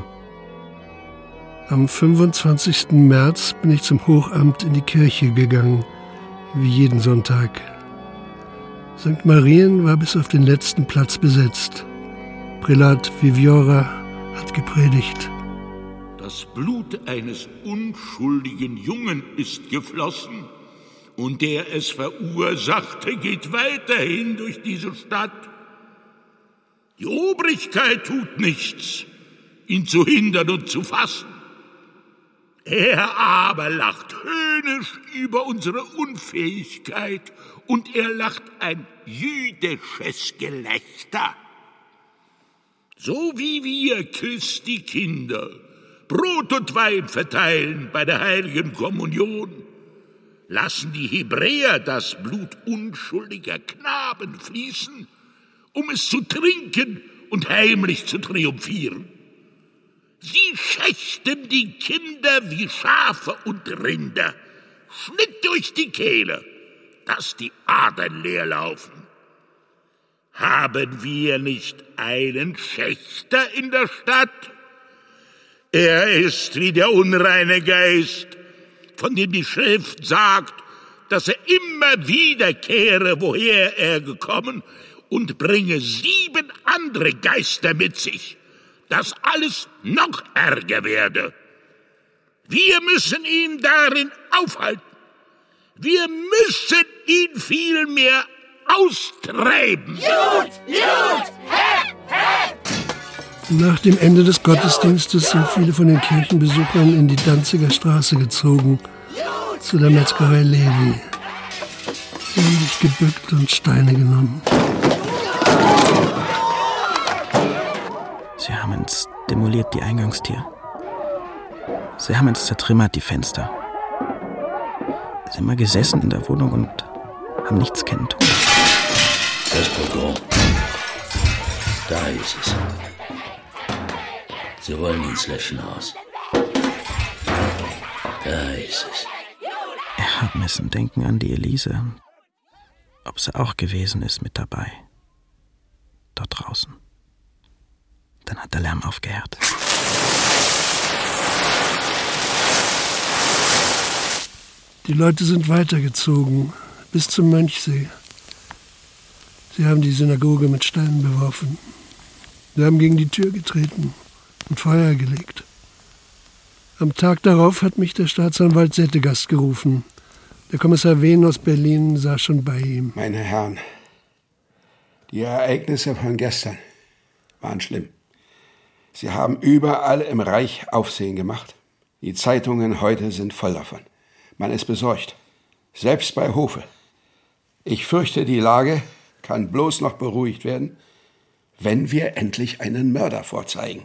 Speaker 2: Am 25. März bin ich zum Hochamt in die Kirche gegangen, wie jeden Sonntag. St. Marien war bis auf den letzten Platz besetzt. Prälat Viviora hat gepredigt.
Speaker 1: Das Blut eines unschuldigen Jungen ist geflossen und der es verursachte geht weiterhin durch diese Stadt. Die Obrigkeit tut nichts, ihn zu hindern und zu fassen. Er aber lacht höhnisch über unsere Unfähigkeit und er lacht ein jüdisches Gelächter. So wie wir Christi Kinder Brot und Wein verteilen bei der heiligen Kommunion, lassen die Hebräer das Blut unschuldiger Knaben fließen, um es zu trinken und heimlich zu triumphieren. Sie schächten die Kinder wie Schafe und Rinder, Schnitt durch die Kehle, dass die Adern leer laufen. Haben wir nicht einen Schächter in der Stadt? Er ist wie der unreine Geist, von dem die Schrift sagt, dass er immer wiederkehre, woher er gekommen, und bringe sieben andere Geister mit sich, dass alles noch ärger werde. Wir müssen ihn darin aufhalten. Wir müssen ihn vielmehr austreiben.
Speaker 22: Jud, Jud, hä, hä.
Speaker 2: Nach dem Ende des Gottesdienstes sind viele von den Kirchenbesuchern in die Danziger Straße gezogen, zu der Metzgerei Levi. Sie haben sich gebückt und Steine genommen.
Speaker 6: Sie haben uns demoliert, die Eingangstür. Sie haben uns zertrümmert, die Fenster. Sie sind mal gesessen in der Wohnung und haben nichts kennen tun.
Speaker 7: Das Pogrom. Da ist es. Sie wollen ins Löschen aus. Da ist es.
Speaker 6: Ich habe müssen denken an die Elise. Ob sie auch gewesen ist mit dabei. Dort draußen. Dann hat der Lärm aufgehört.
Speaker 2: Die Leute sind weitergezogen bis zum Mönchsee. Sie haben die Synagoge mit Steinen beworfen. Sie haben gegen die Tür getreten und Feuer gelegt. Am Tag darauf hat mich der Staatsanwalt Settegast gerufen. Der Kommissar Wehn aus Berlin saß schon bei ihm.
Speaker 3: Meine Herren, die Ereignisse von gestern waren schlimm. Sie haben überall im Reich Aufsehen gemacht. Die Zeitungen heute sind voll davon. Man ist besorgt. Selbst bei Hofe. Ich fürchte, die Lage kann bloß noch beruhigt werden, wenn wir endlich einen Mörder vorzeigen.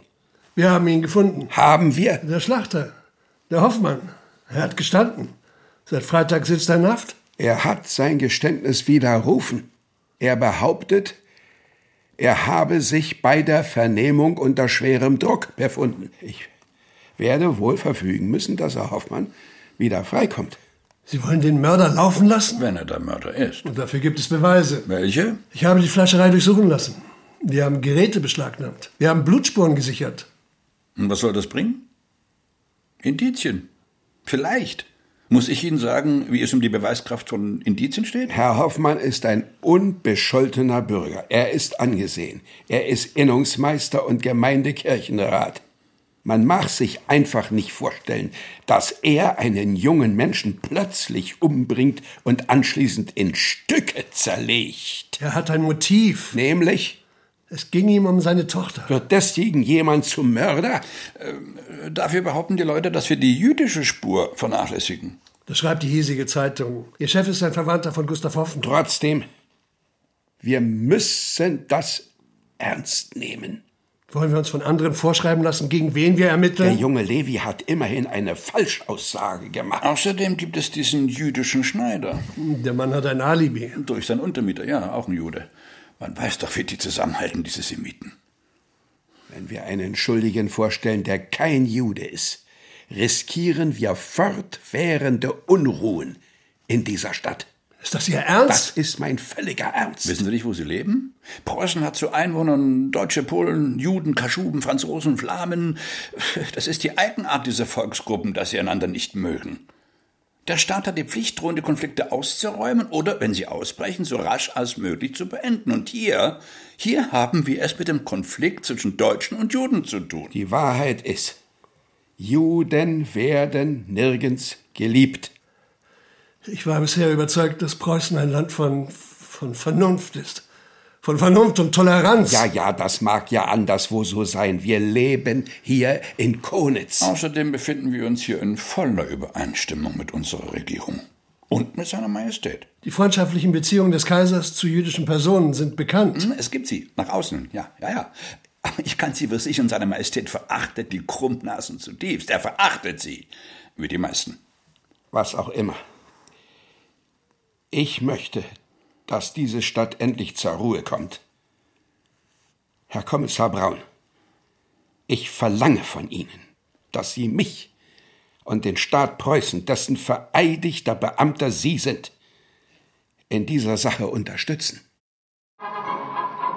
Speaker 2: Wir haben ihn gefunden.
Speaker 3: Haben wir?
Speaker 2: Der Schlachter, der Hoffmann. Er hat gestanden. Seit Freitag sitzt er in Haft.
Speaker 3: Er hat sein Geständnis widerrufen. Er behauptet, Er habe sich bei der Vernehmung unter schwerem Druck befunden. Ich werde wohl verfügen müssen, dass Herr Hoffmann wieder freikommt.
Speaker 2: Sie wollen den Mörder laufen lassen?
Speaker 17: Wenn er der Mörder ist.
Speaker 2: Und dafür gibt es Beweise.
Speaker 17: Welche?
Speaker 2: Ich habe die Fleischerei durchsuchen lassen. Wir haben Geräte beschlagnahmt. Wir haben Blutspuren gesichert.
Speaker 17: Und was soll das bringen? Indizien. Vielleicht. Muss ich Ihnen sagen, wie es um die Beweiskraft von Indizien steht?
Speaker 3: Herr Hoffmann ist ein unbescholtener Bürger. Er ist angesehen. Er ist Innungsmeister und Gemeindekirchenrat. Man mag sich einfach nicht vorstellen, dass er einen jungen Menschen plötzlich umbringt und anschließend in Stücke zerlegt.
Speaker 2: Er hat ein Motiv.
Speaker 3: Nämlich?
Speaker 2: Es ging ihm um seine Tochter.
Speaker 3: Wird deswegen jemand zum Mörder?
Speaker 17: Äh, dafür behaupten die Leute, dass wir die jüdische Spur vernachlässigen.
Speaker 2: Das schreibt die hiesige Zeitung. Ihr Chef ist ein Verwandter von Gustav Hoffmann.
Speaker 3: Trotzdem, wir müssen das ernst nehmen.
Speaker 2: Wollen wir uns von anderen vorschreiben lassen, gegen wen wir ermitteln?
Speaker 3: Der junge Levi hat immerhin eine Falschaussage gemacht.
Speaker 17: Außerdem gibt es diesen jüdischen Schneider.
Speaker 2: Der Mann hat ein Alibi.
Speaker 17: Durch seinen Untermieter, ja, auch ein Jude. Man weiß doch, wie die zusammenhalten, diese Semiten.
Speaker 3: Wenn wir einen Schuldigen vorstellen, der kein Jude ist, riskieren wir fortwährende Unruhen in dieser Stadt.
Speaker 2: Ist das Ihr Ernst?
Speaker 3: Das ist mein völliger Ernst.
Speaker 17: Wissen Sie nicht, wo Sie leben? Preußen hat zu Einwohnern Deutsche, Polen, Juden, Kaschuben, Franzosen, Flamen. Das ist die Eigenart dieser Volksgruppen, dass sie einander nicht mögen. Der Staat hat die Pflicht, drohende Konflikte auszuräumen oder, wenn sie ausbrechen, so rasch als möglich zu beenden. Und hier, hier haben wir es mit dem Konflikt zwischen Deutschen und Juden zu tun.
Speaker 3: Die Wahrheit ist, Juden werden nirgends geliebt.
Speaker 2: Ich war bisher überzeugt, dass Preußen ein Land von, von Vernunft ist. Von Vernunft und Toleranz.
Speaker 3: Ja, ja, das mag ja anderswo so sein. Wir leben hier in Konitz.
Speaker 17: Außerdem befinden wir uns hier in voller Übereinstimmung mit unserer Regierung. Und mit seiner Majestät.
Speaker 2: Die freundschaftlichen Beziehungen des Kaisers zu jüdischen Personen sind bekannt.
Speaker 17: Hm, Es gibt sie. Nach außen. Ja, ja, ja. Aber ich kann sie versichern, seine Majestät verachtet die Krummnasen zutiefst. Er verachtet sie. Wie die meisten.
Speaker 3: Was auch immer. Ich möchte, dass diese Stadt endlich zur Ruhe kommt. Herr Kommissar Braun, ich verlange von Ihnen, dass Sie mich und den Staat Preußen, dessen vereidigter Beamter Sie sind, in dieser Sache unterstützen.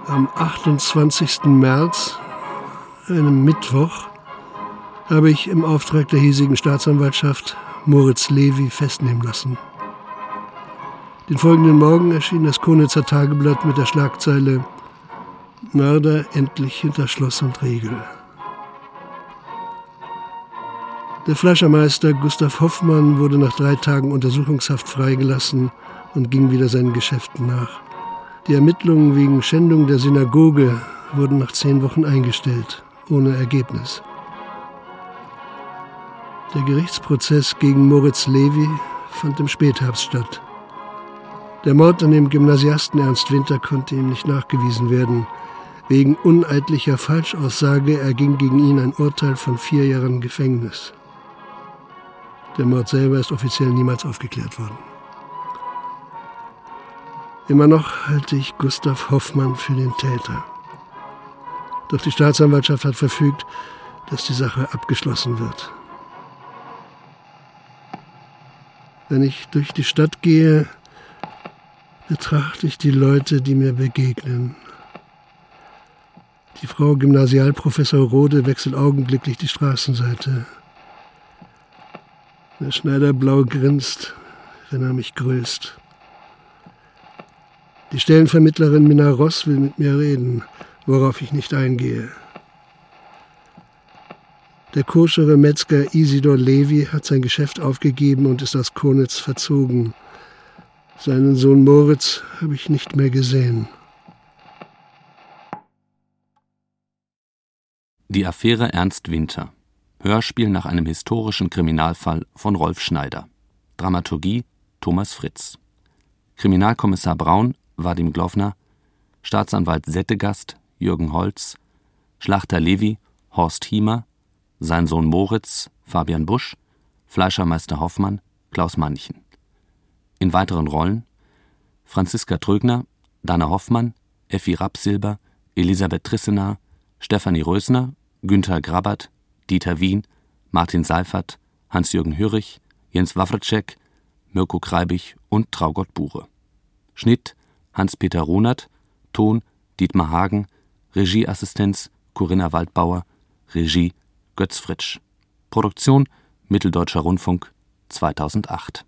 Speaker 2: Am 28. März, einem Mittwoch, habe ich im Auftrag der hiesigen Staatsanwaltschaft Moritz Levi festnehmen lassen. Den folgenden Morgen erschien das Konitzer Tageblatt mit der Schlagzeile Mörder endlich hinter Schloss und Riegel. Der Fleischermeister Gustav Hoffmann wurde nach drei Tagen Untersuchungshaft freigelassen und ging wieder seinen Geschäften nach. Die Ermittlungen wegen Schändung der Synagoge wurden nach zehn Wochen eingestellt, ohne Ergebnis. Der Gerichtsprozess gegen Moritz Levi fand im Spätherbst statt. Der Mord an dem Gymnasiasten Ernst Winter konnte ihm nicht nachgewiesen werden. Wegen uneidlicher Falschaussage erging gegen ihn ein Urteil von vier Jahren Gefängnis. Der Mord selber ist offiziell niemals aufgeklärt worden. Immer noch halte ich Gustav Hoffmann für den Täter. Doch die Staatsanwaltschaft hat verfügt, dass die Sache abgeschlossen wird. Wenn ich durch die Stadt gehe, betrachte ich die Leute, die mir begegnen. Die Frau Gymnasialprofessor Rode wechselt augenblicklich die Straßenseite. Der Schneider blau grinst, wenn er mich grüßt. Die Stellenvermittlerin Minna Ross will mit mir reden, worauf ich nicht eingehe. Der koschere Metzger Isidor Levi hat sein Geschäft aufgegeben und ist aus Konitz verzogen. Seinen Sohn Moritz habe ich nicht mehr gesehen.
Speaker 4: Die Affäre Ernst Winter. Hörspiel nach einem historischen Kriminalfall von Rolf Schneider. Dramaturgie Thomas Fritz. Kriminalkommissar Braun Vadim Glowner. Staatsanwalt Settegast Jürgen Holz. Schlachter Levi Horst Hiemer. Sein Sohn Moritz Fabian Busch. Fleischermeister Hoffmann Klaus Mannichen. In weiteren Rollen Franziska Trögner, Dana Hoffmann, Effi Rapsilber, Elisabeth Trissener, Stefanie Rösner, Günther Grabat, Dieter Wien, Martin Seifert, Hans-Jürgen Hürrich, Jens Wawritschek, Mirko Kreibich und Traugott Buche. Schnitt Hans-Peter Rohnert, Ton Dietmar Hagen, Regieassistenz Corinna Waldbauer, Regie Götz Fritsch. Produktion Mitteldeutscher Rundfunk 2008.